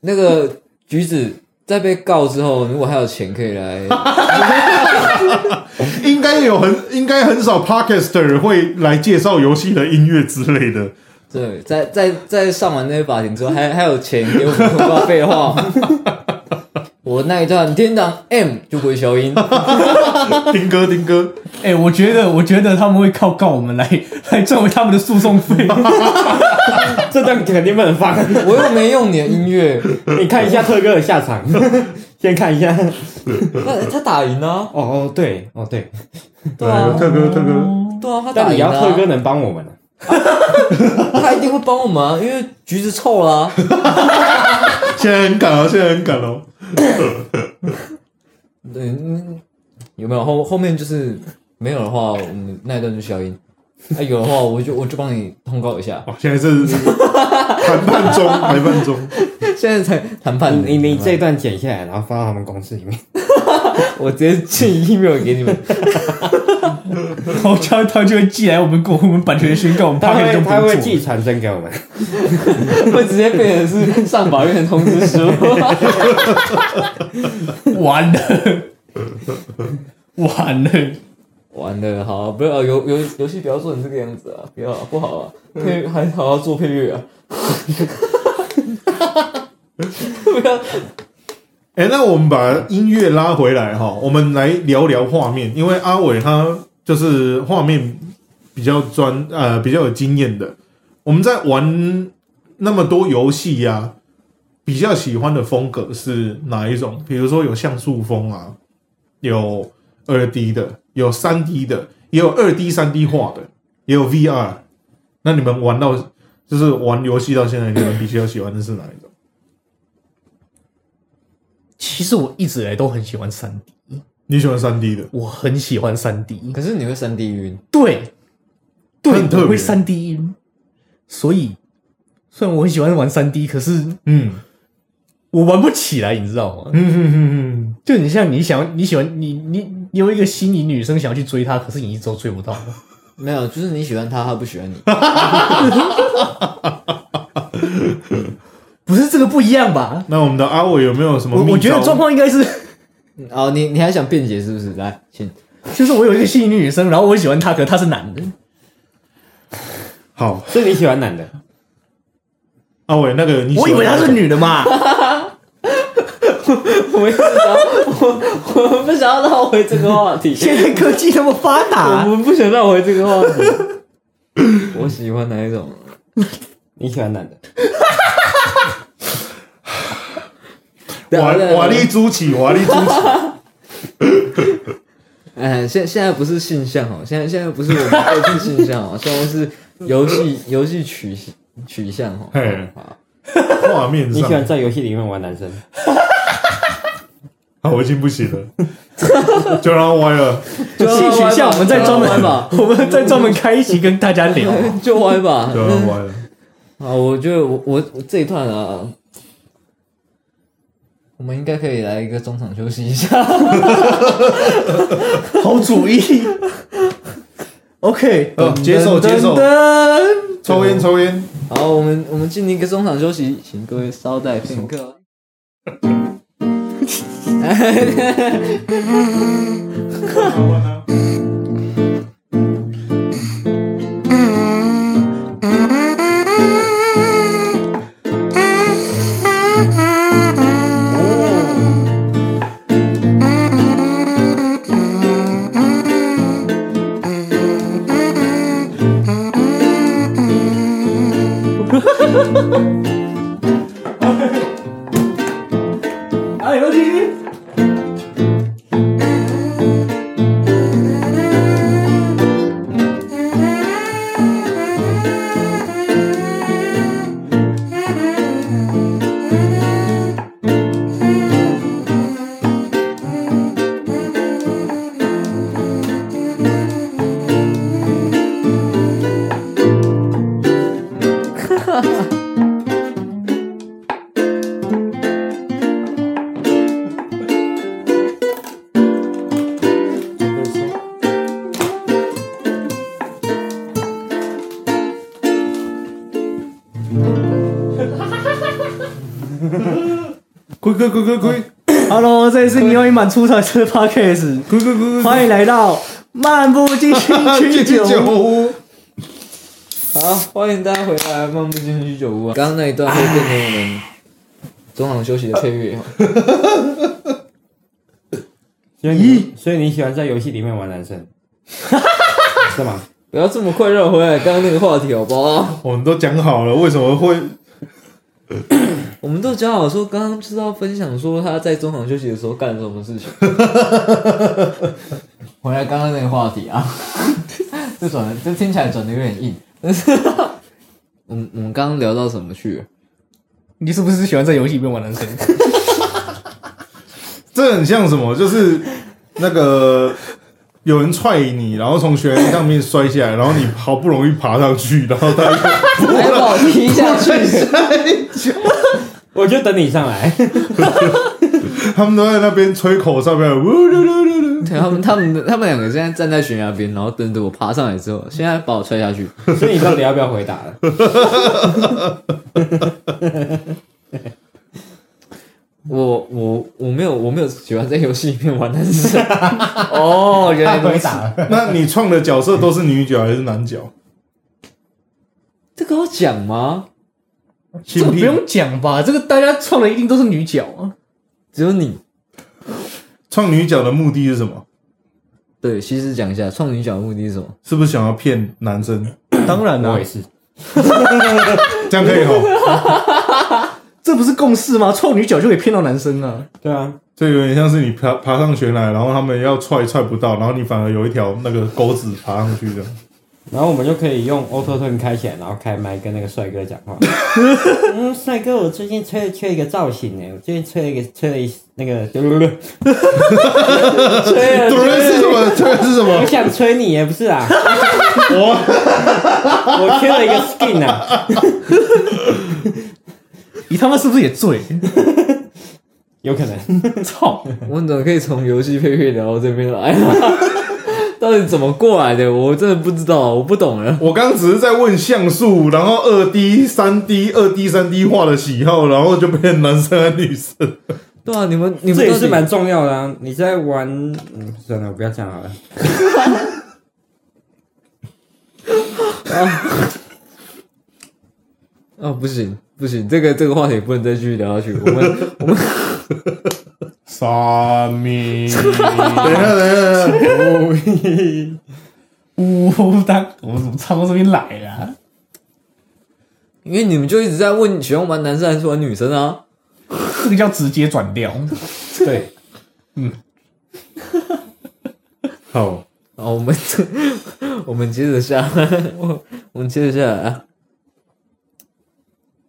Speaker 1: 那个橘子在被告之后，如果还有钱可以来，
Speaker 3: 应该有很应该很少 podcaster 会来介绍游戏的音乐之类的。
Speaker 1: 对，在在在上完那些法庭之后，还还有钱给我们通话废话。 [laughs] 我那一段天堂 M 就不会消音，
Speaker 3: 丁哥，丁哥，
Speaker 5: [laughs] 哎、我觉得，我觉得他们会靠告我们来来赚回他们的诉讼
Speaker 2: [laughs]
Speaker 5: 费。
Speaker 4: 这段肯定不能放。
Speaker 1: 我又没用你的音乐，
Speaker 4: 你看一下特哥的下场， [laughs] 先看一下。
Speaker 1: 那他打赢啊了、
Speaker 4: 哦哦，对，哦对，
Speaker 1: 对啊，
Speaker 3: 哎特哥，特哥，
Speaker 1: 对啊，他打
Speaker 4: 但你
Speaker 1: 赢了啊、
Speaker 4: 要特哥能帮我们啊
Speaker 1: 他一定会帮我们、啊，因为橘子臭了、啊。
Speaker 3: 现在很赶哦，现在很赶哦。
Speaker 1: 对，嗯有没有后后面就是没有的话，我们那一段就消音。啊，有的话我就我就帮你通告一 [laughs] 下。
Speaker 3: 哦哇，现在是谈判中，谈判中。
Speaker 1: 现在才谈判，
Speaker 4: 你你这段剪下来，然后放到他们公司 [laughs] 里面。
Speaker 1: 我直接寄 email 给你 [laughs] 们。
Speaker 5: 然后 [laughs] 他他就会寄来我们过我们版权宣告，我们
Speaker 4: 他
Speaker 5: 怕
Speaker 4: 会
Speaker 5: 就
Speaker 4: 他
Speaker 5: 不
Speaker 4: 会
Speaker 5: 会
Speaker 4: 寄
Speaker 5: 做。
Speaker 4: 传真给我们，
Speaker 1: 会直接变成是上法院的通知 [laughs] 书。
Speaker 2: [laughs]
Speaker 5: 完了，完了，
Speaker 1: 完了，好，不要游游游戏不要做成这个样子啊，不要啊不好啊，配还好好做配乐 [laughs] 啊。不要，
Speaker 3: 哎、那我们把音乐拉回来哈，我们来聊聊画面，因为阿伟他就是画面比较专呃比较有经验的。我们在玩那么多游戏呀，比较喜欢的风格是哪一种？比如说有像素风啊，有二 D 的，有三 D 的，也有二 D、三 D 画的，也有 VR。那你们玩到就是玩游戏到现在，你们比较喜欢的是哪一种？
Speaker 2: 其实我一直以来都很喜欢三 D，
Speaker 3: 你喜欢三 D 的？
Speaker 2: 我很喜欢三 D。
Speaker 1: 可是你会三 D 晕，
Speaker 2: 对，对，
Speaker 3: 很特别
Speaker 2: 我会三 D 音，所以虽然我很喜欢玩三 D，可是
Speaker 3: 嗯
Speaker 2: 我玩不起来，你知道吗？
Speaker 3: 嗯嗯嗯嗯。
Speaker 2: 就你像你想你喜欢你你你有一个心仪女生想要去追她，可是你一直都追不到。
Speaker 1: 没有，就是你喜欢他，他不喜欢你。
Speaker 2: 不是这个不一样吧？
Speaker 3: 那我们的阿伟有没有什么
Speaker 2: 我
Speaker 3: 秘招？
Speaker 2: 我觉得状况应该是，
Speaker 1: 哦，你你还想辩解是不是？来，请。
Speaker 2: 就是我有一个心仪女生，然后我喜欢她，可是她是男的，
Speaker 3: 好，
Speaker 4: 所以你喜欢男的，
Speaker 3: 阿伟那个你喜
Speaker 2: 我
Speaker 3: 欢
Speaker 2: 以
Speaker 3: 哪
Speaker 2: 为
Speaker 3: 个，
Speaker 2: 她是女的嘛。
Speaker 1: 我一直想要，我我们不想要绕回这个话题， [laughs]
Speaker 2: 现在科技那么发达，
Speaker 1: 我们不想绕回这个话题。啊 [laughs] 我喜欢哪一种？
Speaker 4: 你喜欢男的，
Speaker 1: 啊
Speaker 3: 瓦瓦力朱起，瓦力朱
Speaker 2: [laughs]
Speaker 3: 起，
Speaker 1: 哎，现现在不是性向哦，现在现在不是我们各自性向哦，现 [laughs] 在是游 [laughs] 戏游戏取取向 [laughs] 哦。
Speaker 3: 嘿
Speaker 1: 好
Speaker 3: 画面
Speaker 4: 你喜欢
Speaker 3: 上，
Speaker 4: 在游戏里面玩男生？
Speaker 3: 好，啊我已经不行了， [laughs] 就让他歪了。
Speaker 2: 性取向我们再
Speaker 1: 就
Speaker 2: 专
Speaker 1: 歪
Speaker 2: 门
Speaker 1: 吧，
Speaker 2: [laughs] 我们再专门开一集跟大家聊。
Speaker 1: [laughs] 就歪吧。
Speaker 3: 就让他歪了。
Speaker 1: 啊，我觉得我我我这一段啊，我们应该可以来一个中场休息一下。
Speaker 2: [laughs] 好主意。OK，
Speaker 3: 呃接受接受
Speaker 2: 噔噔
Speaker 3: 抽烟抽烟，
Speaker 1: 好，我们我们进行一个中场休息，请各位稍待片刻。
Speaker 5: 哎，游戏。
Speaker 3: 亏亏亏亏亏
Speaker 5: Hello，这里是你又一满出彩车 Podcast，
Speaker 3: 亏亏亏亏，
Speaker 5: 欢迎来到漫步进
Speaker 2: [laughs]
Speaker 3: 去
Speaker 5: 行曲
Speaker 3: 酒
Speaker 5: 酒。
Speaker 3: 屋，
Speaker 1: 好，欢迎大家回来，漫步进去酒屋啊！刚刚那一段会变成我们中场休息的配乐哦。
Speaker 4: 所以你所以你喜欢在游戏里面玩男 [laughs] 生，是吗？
Speaker 1: 不要这么快绕回来刚刚那个话题好不好？
Speaker 3: 我们都讲好了，为什么会
Speaker 1: 我们都讲好说，刚刚就是要分享说他在中场休息的时候干了什么事情。回来刚刚那个话题啊， [laughs] 这转得这听起来转的有点硬。 [laughs] 我们我们刚刚聊到什么去 [laughs] 了？
Speaker 2: 你是不是喜欢在游戏里面玩男 [laughs] 生？
Speaker 3: 这很像什么？就是那个有人踹你，然后从悬崖上面摔下来，然后你好不容易爬上去， [laughs] 然后他
Speaker 1: 还把我踢下去，
Speaker 4: 我就等你上来。 [laughs]
Speaker 3: 他们都在那边吹口哨，边呜噜噜噜噜。
Speaker 1: [laughs] 对他们他们他们两个现在站在悬崖边，然后等着我爬上来之后，现在把我踹下去。
Speaker 4: 所以你到底要 [laughs] 不要回答了？
Speaker 1: 我我我没有我没有喜欢在游戏里面玩男
Speaker 4: [laughs]
Speaker 1: 生，
Speaker 2: 哦，原来
Speaker 4: 他
Speaker 2: 如
Speaker 4: 回
Speaker 2: 此。
Speaker 4: 答 [laughs] 了，
Speaker 3: 那你创的角色都是女角还是男角？
Speaker 1: 这个要讲吗？
Speaker 2: 这
Speaker 3: 性
Speaker 2: 个不
Speaker 3: 癖
Speaker 2: 用讲吧？这个大家创的一定都是女角啊。
Speaker 1: 只有你
Speaker 3: 创女角的目的是什么？
Speaker 1: 对，其实讲一下创女角的目的是什么？
Speaker 3: 是不是想要骗男生？
Speaker 2: 当然
Speaker 4: 我也是。
Speaker 3: 这样可 [laughs] 以哈？
Speaker 2: 这不是共识吗？创女角就可以骗到男生啊。
Speaker 4: 对啊，
Speaker 3: 这有点像是你爬爬上悬崖，然后他们要踹踹不到，然后你反而有一条那个钩子爬上去的。 [laughs]
Speaker 4: 然后我们就可以用 Auto Tune 开起来，然后开麦跟那个帅哥讲
Speaker 3: [laughs]
Speaker 4: 话。嗯，帅哥，我最近缺缺一个造型欸呢，我最近缺了一个缺了一那个，
Speaker 1: 对
Speaker 3: 主人是什么？主人是什
Speaker 4: 我
Speaker 3: 么？
Speaker 4: 想吹你也不是啊，
Speaker 3: [laughs] 我
Speaker 4: 我缺了一个 skin 啊。
Speaker 2: 你他妈是不是也醉？
Speaker 4: 有可能，
Speaker 2: 操！
Speaker 1: 我们怎么可以从游戏配乐聊到这边来？啊 [laughs] 到底怎么过来的？我真的不知道，我不懂了。
Speaker 3: 我刚只是在问像素，然后二 D、三 D、二 D、三 D 画的喜好，然后就变男生和女 [laughs] 生。
Speaker 1: 对啊，你们你们
Speaker 4: 这也
Speaker 1: 到底
Speaker 4: 是蛮重要的啊！你在玩，嗯，算了，我不要讲好了。
Speaker 1: 啊、不行不行，这个这个话题不能再继续聊下去。我们 [laughs] 我们
Speaker 3: 沙弥，等一下，等一下，等一下， [laughs]
Speaker 5: 呜，当我怎么唱到这边来了啊？
Speaker 1: 因为你们就一直在问喜欢玩男生还是玩女生啊？
Speaker 5: 这个叫直接转调。
Speaker 4: 对，
Speaker 3: 好，
Speaker 1: 啊，我们 [laughs] 我们接着下，我我们接着下来啊。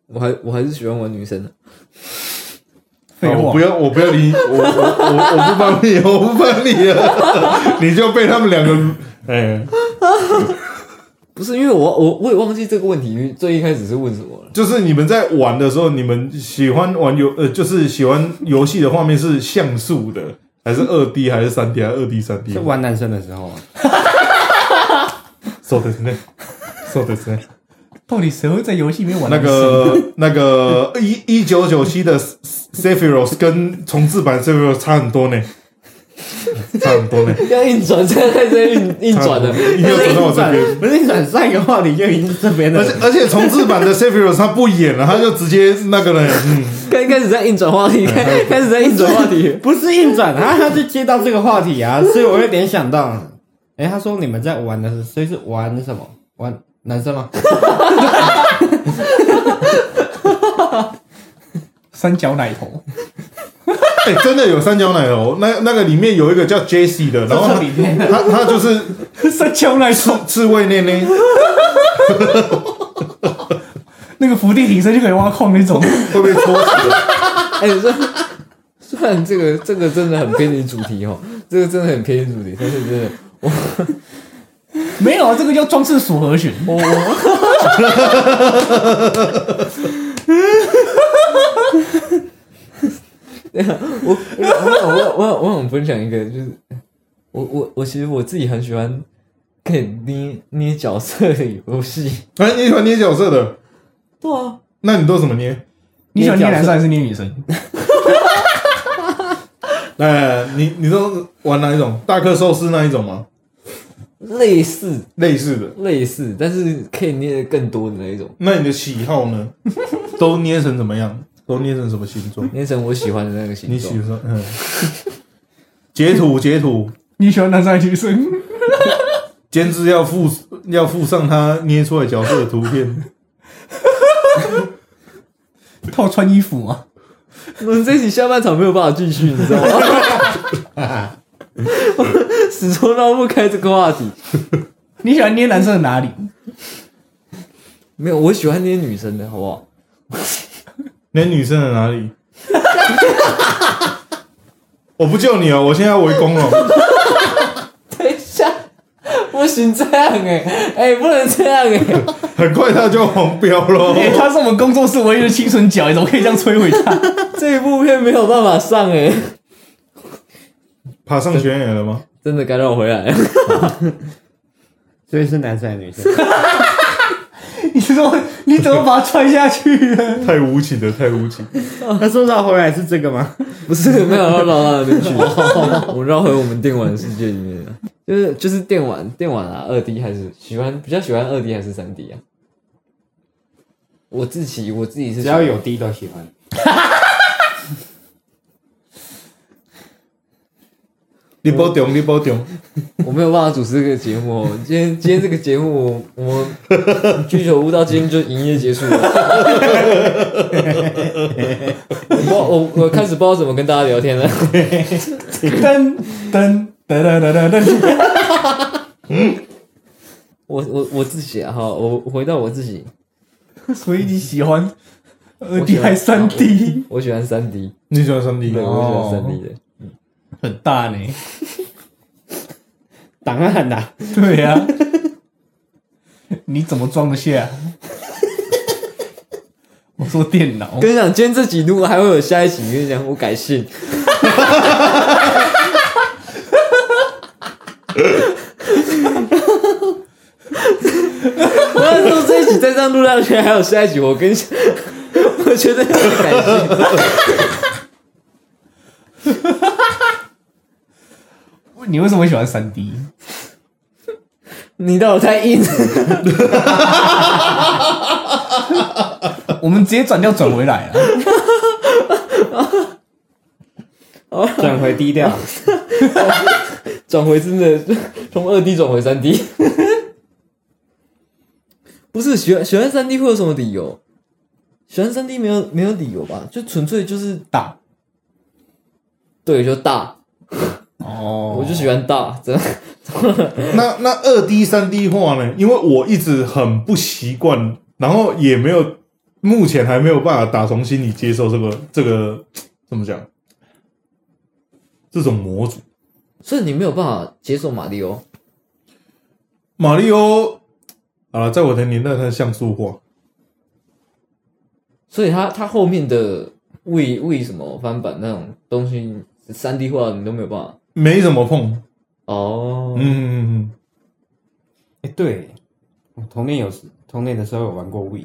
Speaker 1: 我还我还是喜欢玩女生的、
Speaker 5: 废
Speaker 3: 啊
Speaker 2: 啊
Speaker 3: 我
Speaker 5: 话
Speaker 3: 不，要，我不要理你，我我我我不帮你，我不帮你了， [laughs] 你就被他们两个，哎，
Speaker 1: 不是因为我我我也忘记这个问题最一开始是问什么了。
Speaker 3: 就是你们在玩的时候，你们喜欢玩游呃，就是喜欢游戏的画面是像素的，还是二 D 还是三 D 还是二 D 三 D？
Speaker 4: 是玩男生的时候啊。
Speaker 3: そうですね，そうですね。
Speaker 5: 到底谁会在游戏里面玩
Speaker 3: 那
Speaker 5: 男生？
Speaker 3: 个那个一一九九七的 Sephiroth 跟重置版 Sephiroth 差很多呢，差很多呢，
Speaker 1: 要硬转，现在在硬硬转的，
Speaker 3: 硬要转到我这边。
Speaker 4: 不是你转上一个话题就已经是这边
Speaker 3: [laughs] 而
Speaker 5: [laughs]
Speaker 4: 了
Speaker 3: 且，而且重置版的 Sephiroth 他不演了，他就直接那个了，
Speaker 5: [laughs]
Speaker 3: 嗯，
Speaker 1: 开开始在硬转话题，开开始在硬转话
Speaker 4: [laughs]
Speaker 1: 题。
Speaker 4: 不是硬转啊，他就接到这个话题啊， [laughs] 所以我有点想到，哎、他说你们在玩的是，所以是玩什么？玩男生吗？
Speaker 5: 三角奶头， [laughs]
Speaker 3: 哎、真的有三角奶油，那那个里面有一个叫 Jesse 的，然后
Speaker 5: 这里面
Speaker 3: 他他他就是
Speaker 5: 三角奶头，
Speaker 3: 刺猬内内，
Speaker 5: 那个伏地挺身就可以挖矿那种。
Speaker 3: 会被戳死的。
Speaker 1: 哎，虽然虽然这个这个真的很偏离主题哦，这个真的很偏离主题，但是真的，
Speaker 5: 没有啊，这个叫装饰组合拳。
Speaker 1: 我我我我我我我想分享一个，就是我我我其实我自己很喜欢可以捏捏角色的游戏。
Speaker 3: 哎、你喜欢捏角色的，
Speaker 1: 对啊，
Speaker 3: 那你都怎么捏？
Speaker 5: 你喜欢捏男生还是捏女生？
Speaker 3: 哎，你你都玩哪一种？大克寿司那一种吗？
Speaker 1: 类似
Speaker 3: 类似的，
Speaker 1: 类似，但是可以捏的更多的那一种，
Speaker 3: 那你的喜好
Speaker 5: [laughs]
Speaker 3: 呢？都捏成怎么样？都捏成什么形状？
Speaker 1: 捏成我喜欢的那个形
Speaker 3: 你
Speaker 1: 状。
Speaker 3: 喜欢？嗯，截图截图，
Speaker 5: 你喜欢哪三个女生？
Speaker 3: 监制要附要附上他捏出来角色的图 [laughs] 片。
Speaker 5: 套穿衣服啊吗？
Speaker 1: 我们这一集下半场没有办法继续，你知道吗？始终绕不开这个话题。
Speaker 5: 你喜欢捏男生的哪里？
Speaker 1: 没有，我喜欢捏女生的好不好？
Speaker 3: 那女生在哪里？ [laughs] 我不救你哦，我现在要围攻 [laughs] 了。
Speaker 1: 等一下，不行这样哎、 [laughs] 哎、不能这样哎、 [laughs]
Speaker 3: 很快他就红标
Speaker 2: 哦
Speaker 3: 了。 [laughs]
Speaker 5: 哎、他是我们工作室唯一的清纯角，你怎么可以这样摧毁
Speaker 2: [laughs]
Speaker 5: 他？
Speaker 1: 这一部片没有办法上哎、
Speaker 3: 爬上悬崖了 [laughs] 吗？
Speaker 1: 真的该让我回来。
Speaker 4: 所以是男生还是女生？
Speaker 5: 你说你怎么把他踹下
Speaker 2: [laughs]
Speaker 5: 去的？
Speaker 3: 太无情了，太无情了。
Speaker 4: 他说绕回来是这个吗？
Speaker 1: 不是 [laughs] 没有绕到那边去， [laughs] 我们绕回我们电玩的世界里面了。就是就是电玩电玩啊，二 D 还是喜欢比较喜欢二 D 还是三 D 啊？我自己我自己是
Speaker 4: 只要有 D 都喜欢。
Speaker 3: 你保重，你保重。
Speaker 1: 我没有办法主持这个节目、哦。 [laughs] 今天今天这个节目，我们居酒屋到今天就营业结束了。 [laughs] 我不知道我我开始不知道怎么跟大家聊天了。 [laughs]
Speaker 5: 噔噔噔噔噔噔噔，
Speaker 1: 我我我自己啊，哈，我我回到我自己，
Speaker 5: 所以你喜 [laughs] 欢二
Speaker 1: 我
Speaker 5: D
Speaker 1: 喜欢
Speaker 5: 还三 D？
Speaker 1: 我喜欢三 D，
Speaker 3: 你喜欢上帝
Speaker 1: 对，
Speaker 3: 的？
Speaker 1: 我喜欢三 D 的。
Speaker 5: 很大呢。
Speaker 4: 档案呐、
Speaker 5: 对啊呀、你怎么装得下？ [laughs] 我说电脑，
Speaker 1: 跟你讲，今天这集如果还会有下一集，跟你讲，我改姓。 [laughs] 我要说这一集再这样录下去，还有下一集，我跟你讲， [laughs] 我觉得要改姓。
Speaker 5: 你为什么喜欢三 D？
Speaker 1: 你到底太硬，
Speaker 5: 我们直接转掉转回来啊！
Speaker 4: [laughs] 转回低 [laughs] 调，
Speaker 1: 转回真的从二 D 转回三 D，不是喜欢喜欢三 D 会有什么理由？喜欢三 D 没有没有理由吧？就纯粹就是
Speaker 5: 大
Speaker 1: 对，就大，
Speaker 5: 哦
Speaker 1: 我就喜欢大，真的。
Speaker 3: 那那二 D、三 D 化呢？因为我一直很不习惯，然后也没有，目前还没有办法打从心里接受这个这个怎么讲？这种模组，
Speaker 1: 所以你没有办法接受马里奥，
Speaker 3: 马里奥啊，在我的年代它是像素化，
Speaker 1: 所以他他后面的为为什么翻版那种东西，三 D 化你都没有办法
Speaker 3: 没怎么碰。
Speaker 1: 哦
Speaker 3: 嗯，嗯嗯，
Speaker 4: 哎、对，我童年有时童年的时候有玩过 We，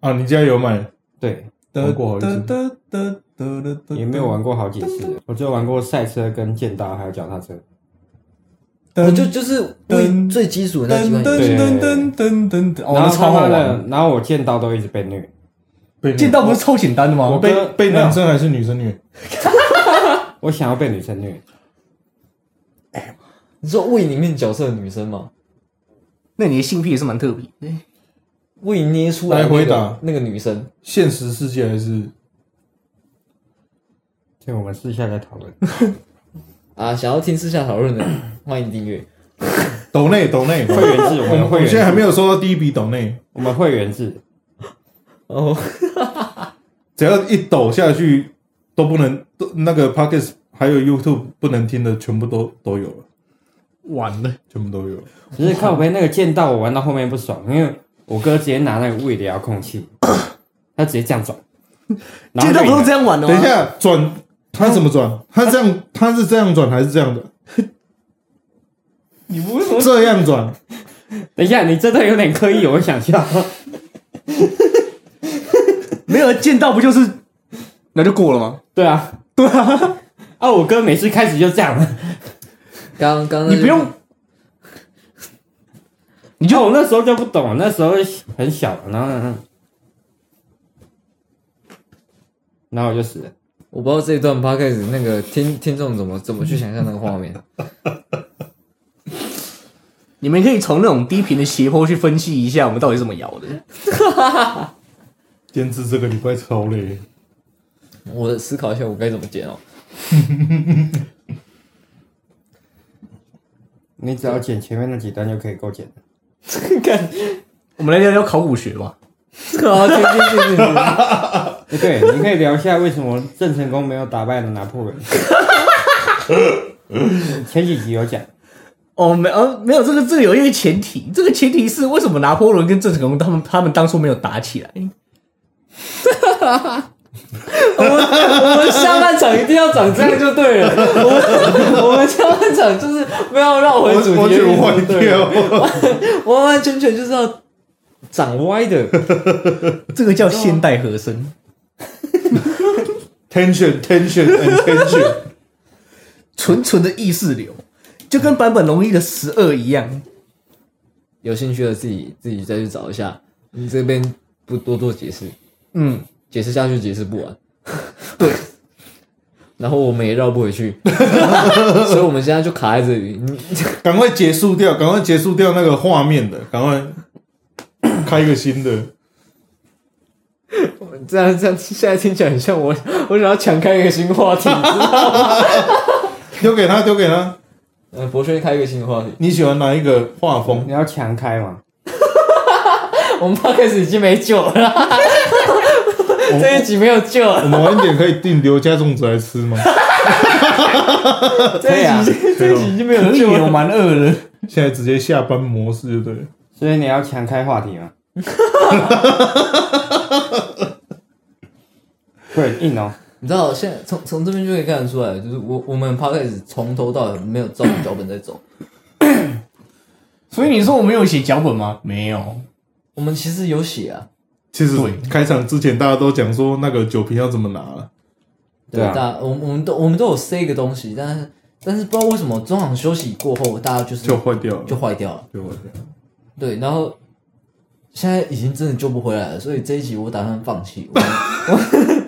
Speaker 3: 啊，你家有买？
Speaker 4: 对，
Speaker 3: 玩过好一次
Speaker 5: 哒哒哒哒哒
Speaker 4: 也没有啊玩过好几次，我只有玩过赛车、跟剑道还有脚踏车。
Speaker 1: 我哦就就是为最基础的那几
Speaker 5: 噔
Speaker 1: 款游戏，
Speaker 5: 噔噔噔噔噔噔，哦，
Speaker 4: 然
Speaker 5: 那
Speaker 4: 后
Speaker 5: 超
Speaker 4: 他
Speaker 5: 好
Speaker 4: 妈
Speaker 5: 玩。
Speaker 4: 的，然后我剑道都一直被虐，
Speaker 3: 被
Speaker 5: 剑道不是超简单的吗？
Speaker 4: 我
Speaker 3: 被被男生还是女生虐？
Speaker 4: 我想要被女生虐，
Speaker 1: 你说为里面角色的女生吗？
Speaker 5: 那你的性癖也是蛮特别的。
Speaker 1: 为捏出来
Speaker 3: 来回
Speaker 1: 那
Speaker 3: 答
Speaker 1: 个那个女生，
Speaker 3: 现实世界还是
Speaker 4: 所以我们私下再讨论。
Speaker 1: 啊，想要听私下讨论
Speaker 5: [coughs]
Speaker 1: 的，欢迎订阅。
Speaker 3: 抖内抖内？
Speaker 4: 会员制，我
Speaker 3: 我
Speaker 4: 们
Speaker 3: 们我
Speaker 4: 会
Speaker 3: 们
Speaker 4: 员
Speaker 3: 现在还没
Speaker 4: 制，
Speaker 3: 有收到第一笔抖内，
Speaker 4: 我们会员制，
Speaker 1: 哦，
Speaker 3: 只要一抖下去都不能，都那个 Pockets 还有 YouTube 不能听的全部都都有了，
Speaker 2: 完了，
Speaker 3: 全部都有了。
Speaker 4: 只是靠背那个剑道，我玩到后面不爽，因为我哥直接拿那个 We 的遥控
Speaker 5: [coughs]
Speaker 4: 器，他直接这
Speaker 5: [laughs]
Speaker 4: 样转，然
Speaker 5: 剑
Speaker 4: 后
Speaker 5: 道不
Speaker 4: 就赢
Speaker 5: 都
Speaker 4: 了
Speaker 5: 这样玩的
Speaker 3: 等
Speaker 5: 吗
Speaker 3: 一？下转，他怎么转？他这样，他是这样转还是这样的？
Speaker 5: 你不为什么？
Speaker 3: 这样转，
Speaker 4: 等一下，你真的有点刻意，我
Speaker 5: [laughs]
Speaker 4: 想笑。
Speaker 5: 没有剑道不就是，那就过了吗？
Speaker 4: 对啊，
Speaker 5: 对啊，
Speaker 4: [laughs] 啊，我哥每次开始就这样，
Speaker 1: 刚刚
Speaker 2: 你不用，
Speaker 4: 你就啊我那时候就不懂，那时候很小，然后嗯然后我就死了。
Speaker 1: 我不知道这一段 podcast 那个听听众怎么怎么去想象那个画面。
Speaker 2: 你们可以从那种低频的斜坡去分析一下我们到底是怎么摇的。
Speaker 3: 监制这个礼拜超累，
Speaker 1: 我思考一下，我该怎么剪哦。
Speaker 4: 你只要剪前面那几段就可以够剪
Speaker 5: [laughs]
Speaker 4: 了。
Speaker 2: 我们来聊聊考古学吧。
Speaker 1: 好，听听听听。
Speaker 4: 诶哎对，你可以聊一下为什么郑成功没有打败
Speaker 5: [laughs]
Speaker 4: 拿破仑。前几集有讲，
Speaker 2: 哦，没呃没有这个这个有一个前提，这个前提是为什么拿破仑跟郑成功他们他们当初没有打起来？
Speaker 1: 我们下半场一定要长这样就 [laughs] 对了。我们我们下半场就是不要绕回
Speaker 3: 我
Speaker 1: 主
Speaker 3: 我
Speaker 1: 题，
Speaker 3: 觉得坏掉，
Speaker 1: 完完全全就是要长歪的。
Speaker 2: 这个叫现代和声。
Speaker 3: tension tension and tension，
Speaker 2: [laughs]
Speaker 3: [laughs]
Speaker 2: 纯纯的意识流，就跟版本龙一的十二一样。
Speaker 1: 有兴趣的自己自己再去找一下，你这边不多做解释，
Speaker 2: 嗯，
Speaker 1: 解释下去解释不完。 [laughs] 对。然后我们也绕不回 [laughs] 去，所以我们现在就卡在这里。你
Speaker 3: 赶快结束掉，赶快结束掉那个画面的，赶 [laughs] 快开一个新的。
Speaker 1: 这样这样，现在听起来很像我，我想要抢开一个新 [laughs] 话题。
Speaker 3: 丢给他，丢给他。
Speaker 1: 嗯，博轩开一个新话题，
Speaker 3: 你喜欢哪一个画风？
Speaker 4: 你要强开 [laughs] 嘛？
Speaker 1: [laughs] 我们 p 开始已经没救了， [laughs] 这一集没有救了。
Speaker 3: 我们晚一点可以订刘家粽子来吃吗？ [laughs]
Speaker 1: 这
Speaker 4: 啊
Speaker 1: 一集
Speaker 3: 这一集
Speaker 1: 已经没
Speaker 5: 可以，我蛮饿的。
Speaker 3: 现在直接下班模式就对了。
Speaker 4: 所以你要强开话题 [laughs] 嘛？对，硬哦。
Speaker 1: 你知道，现在从从这边就可以看得出来，就是我我们 p o d c a s 从头到尾没有照脚本在走。
Speaker 2: 所以你说我没有写脚本吗？没有，
Speaker 1: 我们其实有写啊，
Speaker 3: 其实
Speaker 2: 对
Speaker 3: 开场之前大家都讲说那个酒瓶要怎么拿了，
Speaker 1: 对
Speaker 4: 对啊
Speaker 1: 大我们我们都我们都有塞一个东西，但是但是不知道为什么中场休息过后，大家就是
Speaker 3: 就坏掉了，
Speaker 1: 就坏掉了。
Speaker 3: 就坏掉了。
Speaker 1: 对，然后现在已经真的救不回来了，所以这一集我打算放弃。我我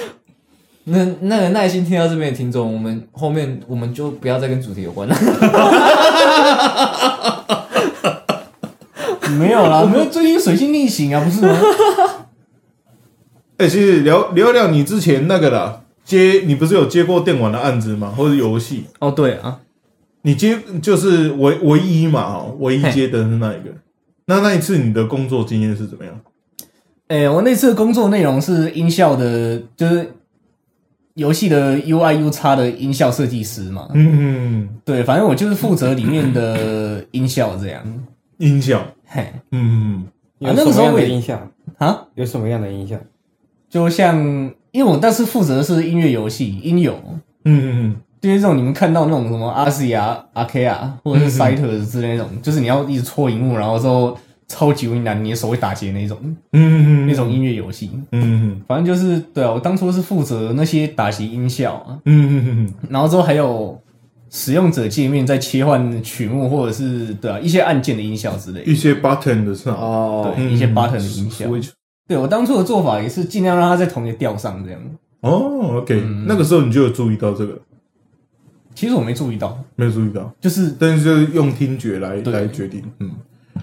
Speaker 1: [laughs] 那那个耐心听到这边的听众，我们后面我们就不要再跟主题有关了。
Speaker 5: 没有啦
Speaker 2: [laughs] 我，们最近水星逆行啊，不是吗？
Speaker 3: 哎、其实聊聊聊你之前那个啦，接你不是有接过电玩的案子吗？或者游戏？
Speaker 2: 哦，对啊，
Speaker 3: 你接就是唯唯一嘛，哦，唯一
Speaker 2: 嘿
Speaker 3: 接的是那一个。那那一次你的工作经验是怎么样？
Speaker 2: 哎、我那次的工作内容是音效的，就是游戏的 UI U x 的音效设计师嘛。
Speaker 3: 嗯，
Speaker 2: 对，反正我就是负责里面的音效这样。
Speaker 3: 音效，
Speaker 2: 嘿，
Speaker 3: 嗯，
Speaker 4: 有
Speaker 2: 那
Speaker 4: 什
Speaker 2: 个时
Speaker 4: 么
Speaker 2: 候
Speaker 4: 样
Speaker 2: 我
Speaker 4: 的
Speaker 2: 也
Speaker 4: 音效？
Speaker 2: 啊，
Speaker 4: 有什么样的音效？
Speaker 2: 就像因为我当时负责的是音乐游戏音友，
Speaker 3: 嗯嗯
Speaker 2: 就是这种你们看到那种什么 R C 啊、R K 啊，或者是 Cyters 之类那种，就是你要一直戳荧幕，然后之后超级为难，你的手会打结那种、
Speaker 3: 嗯嗯
Speaker 2: 那种音乐游戏。
Speaker 3: 嗯
Speaker 2: 反正就是对啊，我当初是负责那些打击音效啊，
Speaker 3: 嗯嗯
Speaker 2: 然后之后还有使用者界面在切换曲目或者是对啊一些按键的音效之类的
Speaker 3: 一些 button 的上，
Speaker 1: 哦，
Speaker 2: 对一些 button 的音效。
Speaker 3: Switch
Speaker 2: 对我当初的做法也是尽量让它在同一个调上这样。
Speaker 3: 哦，OK，、那个时候你就有注意到这个，
Speaker 2: 其实我没注意到，
Speaker 3: 没有注意到，
Speaker 2: 就是
Speaker 3: 但是就是用听觉来
Speaker 2: 对
Speaker 3: 来决定。嗯，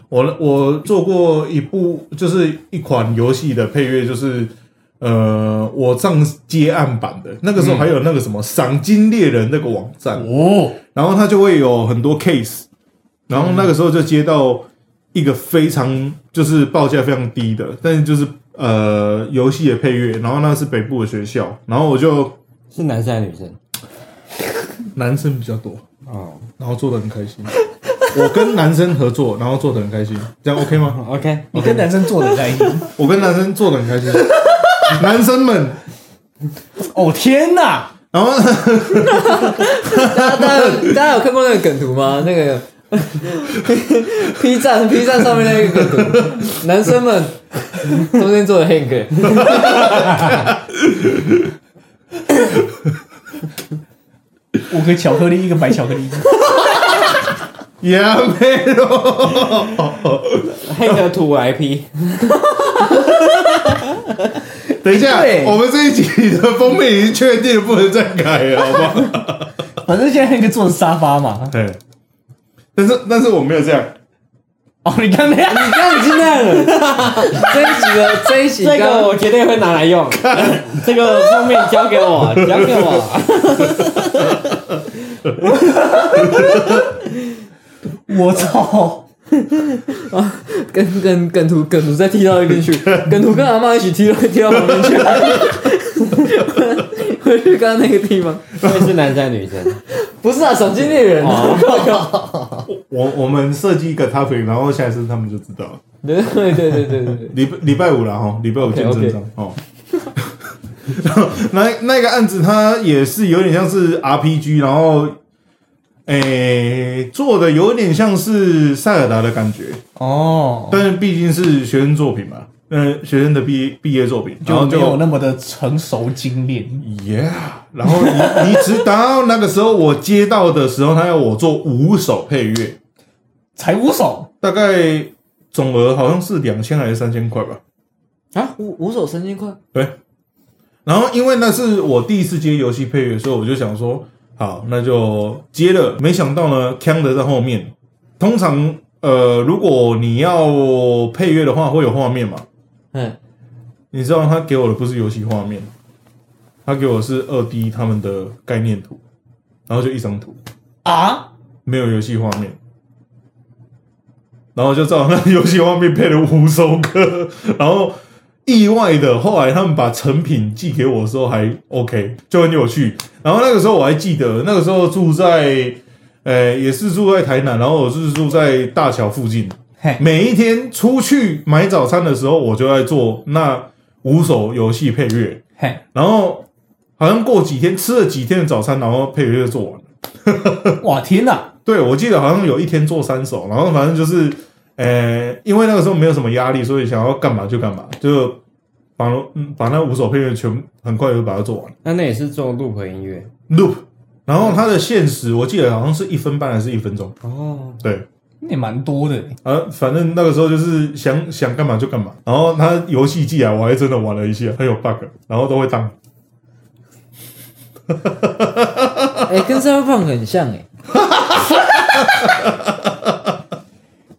Speaker 3: 我我做过一部就是一款游戏的配乐，就是呃，我上接案版的，那个时候还有那个什么赏金猎人那个网站，
Speaker 2: 哦，
Speaker 3: 然后他就会有很多 case，然后那个时候就接到一个非常就是报价非常低的，但是就是呃游戏的配乐，然后那是北部的学校，然后我就是
Speaker 4: 男生还是女生？
Speaker 3: 男生比较多，
Speaker 4: 哦
Speaker 3: 然后做的很开心。我跟男生合作，然后做的很开心，这样 OK 吗？
Speaker 4: ，OK，
Speaker 2: 你跟男生做的在意。
Speaker 3: 我跟男生做的很开心，男生们，
Speaker 2: 哦天哪！
Speaker 3: 然后
Speaker 1: 大家大家大家有看过那个梗图吗？那个 P 站 P 站上面那个梗图，男生们中间做的 Hank，
Speaker 5: 五个巧克力，一个白巧克力，
Speaker 3: 杨梅肉，
Speaker 4: 黑的土 IP，
Speaker 3: 等一下
Speaker 5: 对，
Speaker 3: 我们这一集的封面已经确定了不能再改了，好不
Speaker 5: [laughs]
Speaker 3: 好？
Speaker 5: 反正现在那个坐的沙发嘛。
Speaker 3: 对，但是但是我没有这样，
Speaker 5: 哦，你看那样，
Speaker 1: 你刚刚已经那样
Speaker 2: [laughs]
Speaker 1: 了，这一集的这一集
Speaker 4: [laughs] 这
Speaker 1: 刚
Speaker 4: 个
Speaker 1: 刚
Speaker 4: 我绝对会拿来 [laughs] 用。这个封面交给我，交给我。
Speaker 5: 我操！
Speaker 1: 跟跟跟图跟图再踢到一边去，跟图跟阿妈一起踢到踢到旁边去，回去刚刚那个地方。
Speaker 4: 会是男生还是女生？ [laughs]
Speaker 1: 不是啊，赏金猎人啊，
Speaker 3: 我我们设计一个 topic，然后下一次他们就知道了。
Speaker 1: 对对对对对对，
Speaker 3: 礼拜礼拜五了哈，礼拜五见真
Speaker 1: OK，OK
Speaker 3: 章哦。 [laughs] 那那个案子，它也是有点像是 RPG，然后诶、做的有点像是塞尔达的感觉，
Speaker 5: 哦，
Speaker 3: 但是毕竟是学生作品嘛，嗯、学生的毕业毕业作品，然
Speaker 5: 就
Speaker 3: 后
Speaker 5: 没
Speaker 3: 就
Speaker 5: 有那么的成熟精炼。
Speaker 3: Yeah，然后你你直到那个时候我接到的时候，他要我做五首配乐，
Speaker 5: 才五首，
Speaker 3: 大概总额好像是两千还是三千块吧。
Speaker 1: 啊，五五手三千块，
Speaker 3: 对。然后因为那是我第一次接游戏配乐，所以我就想说，好，那就接了。没想到呢，腔的在后面。通常，呃，如果你要配乐的话，会有画面嘛？
Speaker 1: 嗯，
Speaker 3: 你知道他给我的不是游戏画面，他给我的是二 D 他们的概念图，然后就一张图
Speaker 5: 啊，
Speaker 3: 没有游戏画面。然后就照那个游戏画面配了五首歌， [laughs] 然后意外的后来他们把成品寄给我的时候还 OK，就很有趣。然后那个时候我还记得，那个时候住在呃也是住在台南，然后我是住在大桥附近
Speaker 5: 嘿。
Speaker 3: 每一天出去买早餐的时候，我就在做那五首游戏配乐，
Speaker 5: 嘿，
Speaker 3: 然后好像过几天吃了几天的早餐，然后配乐就做完了。
Speaker 5: 哇天哪，
Speaker 3: 对，我记得好像有一天做三首，然后反正就是，呃，因为那个时候没有什么压力，所以想要干嘛就干嘛，就把嗯把那五首配乐全很快就把它做完
Speaker 4: 那那也是做 loop 音乐
Speaker 3: loop。然后它的限时，我记得好像是一分半还是一分钟。
Speaker 4: 哦。
Speaker 3: 对，
Speaker 5: 那也蛮多的。
Speaker 3: 啊，反正那个时候就是想想干嘛就干嘛。然后它游戏寄来，我还真的玩了一下，很有 bug，然后都会当。
Speaker 1: 哎、跟 Cyberpunk 很像哎、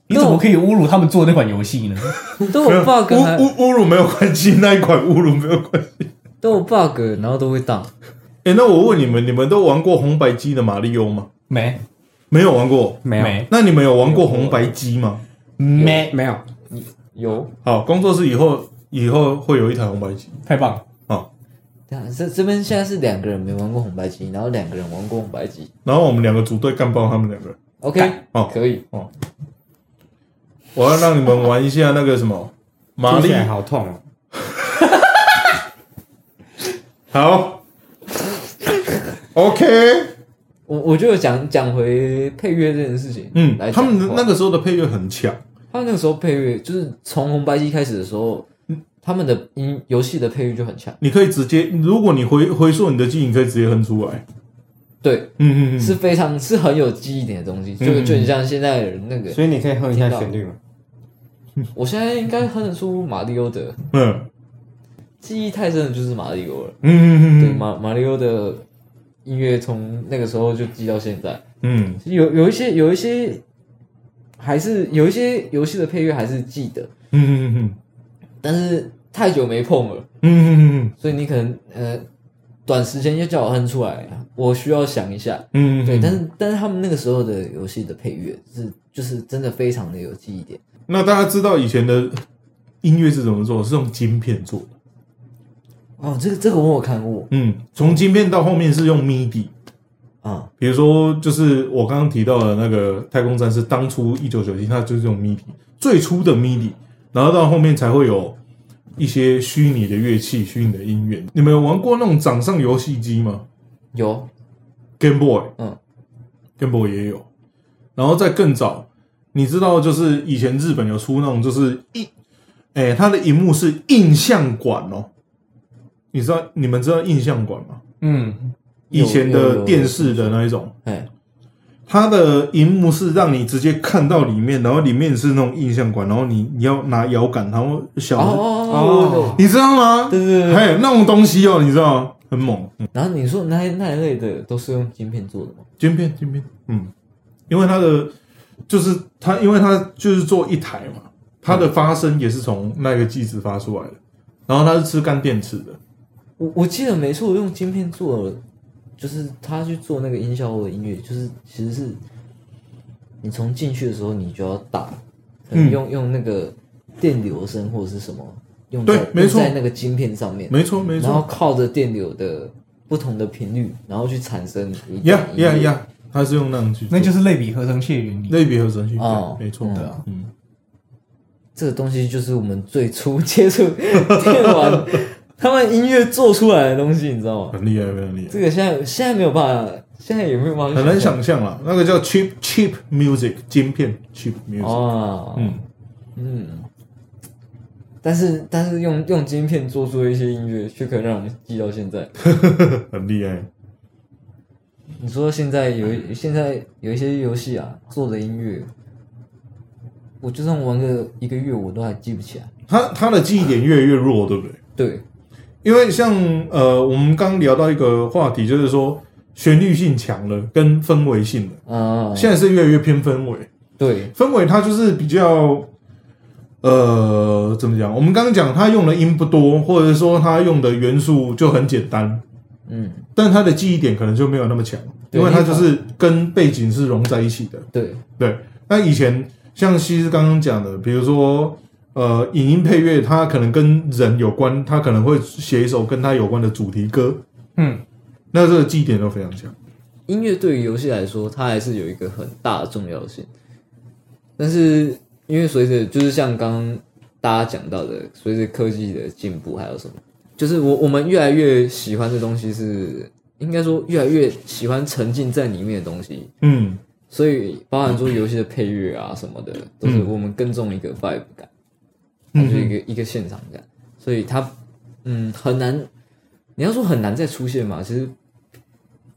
Speaker 5: 你怎么可以侮辱他们做的那款游
Speaker 4: [laughs]
Speaker 5: 戏呢？
Speaker 1: 都有哦 bug，啊
Speaker 3: 侮
Speaker 1: 还
Speaker 3: 侮侮辱没有关系，那一款侮辱没有关系。
Speaker 1: 都有 bug，然后都会荡。
Speaker 3: 哎，那我问你们，你们都玩过红白机的马里奥吗？
Speaker 5: 没
Speaker 3: 没有玩过，
Speaker 4: 没有嗯
Speaker 5: 没
Speaker 3: 哎那你们有玩过红白机吗？
Speaker 5: 没，
Speaker 4: 没有，
Speaker 1: 有，
Speaker 3: 好，工作室以后以后会有一台红白机
Speaker 5: 太棒了！
Speaker 3: 啊。
Speaker 1: 这这边现在是两个人没玩过红白机，然后两个人玩过红白机。
Speaker 3: 然后我们两个组队干爆他们两个。
Speaker 1: OK，
Speaker 3: 哦
Speaker 1: 可以。
Speaker 3: 我要让你们玩一下那个
Speaker 1: [laughs]
Speaker 3: 什么玛
Speaker 4: 听
Speaker 3: 丽
Speaker 4: 起。来好痛哦。
Speaker 1: [laughs]
Speaker 3: 好，OK，
Speaker 1: 我我就有讲讲回配乐这件事情，
Speaker 3: 嗯
Speaker 1: 来，
Speaker 3: 他
Speaker 1: 讲
Speaker 3: 们的
Speaker 1: 话
Speaker 3: 那个时候的配乐很强，
Speaker 1: 他们那个时候配乐就是从红白机开始的时候，
Speaker 3: 嗯
Speaker 1: 他们的音游戏的配乐就很强。
Speaker 3: 你可以直接，如果你回回溯你的记忆，你可以直接哼出来。
Speaker 1: 对，
Speaker 3: 嗯嗯嗯，
Speaker 1: 是非常是很有记忆点的东西，就
Speaker 3: 嗯
Speaker 1: 就很像现在的人那个，
Speaker 4: 所以你可以哼一下旋律吗？
Speaker 1: 我现在应该哼得出马里奥的
Speaker 3: 嗯
Speaker 1: 记忆太深的就是马里奥了。
Speaker 3: 嗯嗯
Speaker 1: 对，
Speaker 3: 嗯嗯
Speaker 1: 马马里奥的音乐从那个时候就记到现在，
Speaker 3: 嗯，
Speaker 1: 有有一些有一些还是有一些游戏的配乐还是记得，
Speaker 3: 嗯嗯嗯嗯
Speaker 1: 但是太久没碰了，
Speaker 3: 嗯嗯
Speaker 1: 所以你可能呃短时间要叫我哼出来，我需要想一下。
Speaker 3: 嗯嗯，
Speaker 1: 对，但是但是他们那个时候的游戏的配乐是就是真的非常的有记忆点。
Speaker 3: 那大家知道以前的音乐是怎么做？是用晶片做的。
Speaker 1: 哦，这个这个我有看过
Speaker 3: 嗯，从晶片到后面是用 MIDI。
Speaker 1: 啊、
Speaker 3: 比如说，就是我刚刚提到的那个《太空战士》，当初一九九七，它就是用 MIDI 最初的 MIDI，然后到后面才会有一些虚拟的乐器、虚拟的音乐。你们有玩过那种掌上游戏机吗
Speaker 1: 有
Speaker 3: ？Game Boy，
Speaker 1: 嗯
Speaker 3: ，Game Boy 也有。然后再更早，你知道，就是以前日本有出那种，就是印，哎、它的荧幕是印象馆哦。你知道，你们知道印象馆吗？
Speaker 5: 嗯，
Speaker 3: 以前
Speaker 1: 有有有
Speaker 3: 的
Speaker 1: 有
Speaker 3: 电视的那一种，
Speaker 1: 哎，
Speaker 3: 它的荧幕是让你直接看到里面，然后里面是那种印象馆，然后你你要拿摇杆，然后小，
Speaker 1: 哦哦哦，
Speaker 3: 你知道吗？
Speaker 1: 对对对对，
Speaker 3: 还有那种东西哦，你知道吗？很猛，嗯，
Speaker 1: 然后你说那那一类的都是用晶片做的吗？
Speaker 3: 晶片晶片，嗯，因为它的就是它，因为它就是做一台嘛，它的发声也是从那个机子发出来的，然后它是吃干电池的，
Speaker 1: 我我记得没错，用晶片做了，就是他去做那个音效或者音乐，就是其实是你从进去的时候你就要打，可
Speaker 3: 嗯
Speaker 1: 能用、用那个电流声或者是什么用在
Speaker 3: 对没错
Speaker 1: 用在那个晶片上面，
Speaker 3: 没错没
Speaker 1: 然后
Speaker 3: 错，
Speaker 1: 靠着电流的不同的频率，然后去产生一种
Speaker 3: 呀呀
Speaker 1: 音乐
Speaker 3: 呀，它是用那样去做，
Speaker 5: 那就是类比合成器的原理。
Speaker 3: 类比合成器，
Speaker 1: 哦
Speaker 3: 对，没错，
Speaker 1: 嗯
Speaker 3: 对啊，嗯，
Speaker 1: 这个东西就是我们最初 [laughs] 接触电玩，他们音乐做出来的东西，你知道吗？
Speaker 3: 很厉害，很厉害
Speaker 1: 这。个现在现在没有办法，现在也没有办法，
Speaker 3: 很难想象了，那个叫 cheap cheap music 晶片 cheap music，、
Speaker 1: 哦，
Speaker 3: 嗯，
Speaker 1: 嗯，但是但是用用晶片做出的一些音乐，却可以让我们记到现在。
Speaker 3: 很厉害。
Speaker 1: 你说现在有一现在有一些游戏啊做的音乐，我就算玩个一个月，我都还记不起来。
Speaker 3: 他他的记忆点越来越弱，对不对？
Speaker 1: 对，
Speaker 3: 因为像呃，我们刚聊到一个话题，就是说旋律性强了跟氛围性的，
Speaker 1: 啊、
Speaker 3: 现在是越来越偏氛围。
Speaker 1: 对，
Speaker 3: 氛围它就是比较，呃，怎么讲？我们刚刚讲它用的音不多，或者说它用的元素就很简单，
Speaker 1: 嗯，
Speaker 3: 但它的记忆点可能就没有那么强，
Speaker 1: 对
Speaker 3: 因为它
Speaker 1: 因为
Speaker 3: 就
Speaker 1: 它
Speaker 3: 是跟背景是融在一起的。
Speaker 1: 对，
Speaker 3: 对，那以前像西斯刚刚讲的，比如说呃，影音配乐，它可能跟人有关，它可能会写一首跟它有关的主题歌，
Speaker 5: 嗯，
Speaker 3: 那这个记忆点都非常强。
Speaker 1: 音乐对于游戏来说，它还是有一个很大的重要性。但是因为随着就是像刚刚大家讲到的，随着科技的进步，还有什么，就是我我们越来越喜欢的东西是，应该说越来越喜欢沉浸在里面的东西，
Speaker 3: 嗯，
Speaker 1: 所以包含说游戏的配乐啊什么的，都是我们更重一个 vibe 感，
Speaker 3: 嗯
Speaker 1: 它就是一个、一个现场感，所以它嗯很难，你要说很难再出现嘛，其实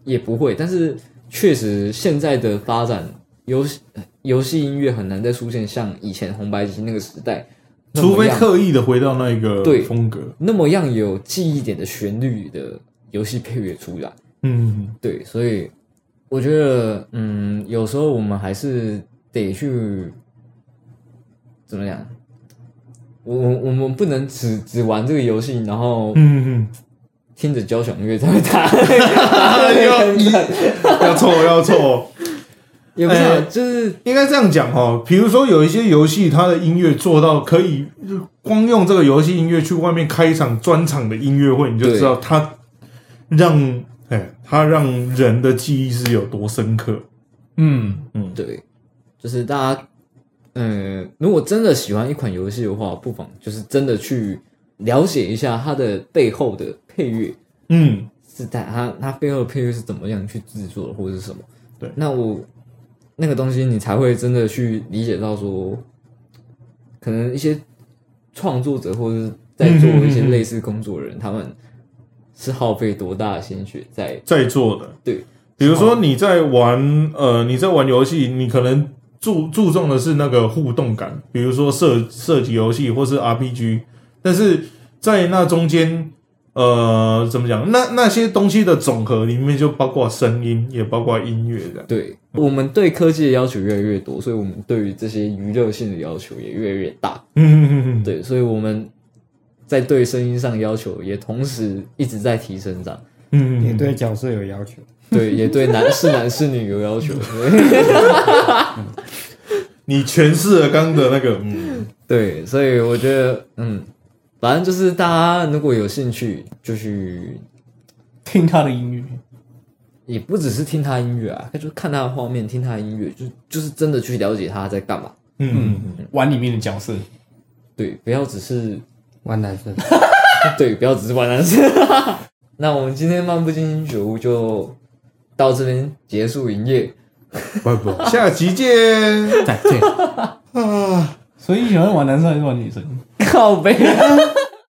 Speaker 1: 也不会，但是确实现在的发展，游戏游戏音乐很难再出现像以前红白机那个时代，那么
Speaker 3: 嗯除非
Speaker 1: 样
Speaker 3: 刻意的回到那一个
Speaker 1: 对
Speaker 3: 风格。
Speaker 1: 那么样有记忆点的旋律的游戏配乐出来。
Speaker 3: 嗯，
Speaker 1: 对，所以我觉得，嗯，有时候我们还是得去怎么讲？我我我们不能只只玩这个游戏，然后
Speaker 3: 嗯
Speaker 1: 听着交响乐在那打， [laughs] 打那个人
Speaker 3: 嗯， [laughs] 要凑要凑，
Speaker 1: 也不是啊
Speaker 3: 哎，
Speaker 1: 就是
Speaker 3: 应该这样讲哦。比如说有一些游戏，它的音乐做到可以光用这个游戏音乐去外面开一场专场的音乐会，你就知道它让哎，它让人的记忆是有多深刻。
Speaker 5: 嗯，
Speaker 1: 对，就是大家，嗯，如果真的喜欢一款游戏的话，不妨就是真的去了解一下它的背后的配乐，
Speaker 3: 嗯，
Speaker 1: 是它它它背后的配乐是怎么样去制作的，或者是什么。
Speaker 3: 对
Speaker 1: 那我那个东西你才会真的去理解到说，可能一些创作者或者是
Speaker 3: 嗯
Speaker 1: 在做一些类似工作的人，他们是耗费多大的心血在
Speaker 3: 在做的，
Speaker 1: 对，
Speaker 3: 比如说你在玩呃，你在玩游戏，你可能注注重的是那个互动感，比如说射射击游戏或是 RPG，但是在那中间。呃，怎么讲？那那些东西的总和里面就包括声音，也包括音乐的。
Speaker 1: 对我们对科技的要求越来越多，所以我们对于这些娱乐性的要求也越来越大。
Speaker 3: 嗯嗯嗯嗯，
Speaker 1: 对，所以我们在对声音上要求也同时一直在提升上。
Speaker 3: 嗯
Speaker 4: 也
Speaker 3: 嗯，
Speaker 4: 对角色有要求。
Speaker 1: [laughs] 对，也对男是男是女有要求。
Speaker 3: 你诠释了刚刚的那个，嗯，
Speaker 1: [laughs] 对，所以我觉得，嗯，反正就是大家如果有兴趣，就去
Speaker 5: 听他的音乐，
Speaker 1: 也不只是听他音乐啊，就是看他的画面，听他的音乐，就就是真的去了解他在干嘛。
Speaker 3: 嗯嗯
Speaker 5: 玩里面的角色，
Speaker 1: 对，不要只是
Speaker 4: 万男生，
Speaker 1: 对，不要只是玩男生。 [laughs] 那我们今天漫步进行酒屋就到这边结束营业。
Speaker 3: 嗯，不不，下集见。
Speaker 5: 所以你喜欢玩男生还是玩女生？
Speaker 1: [laughs] 靠背，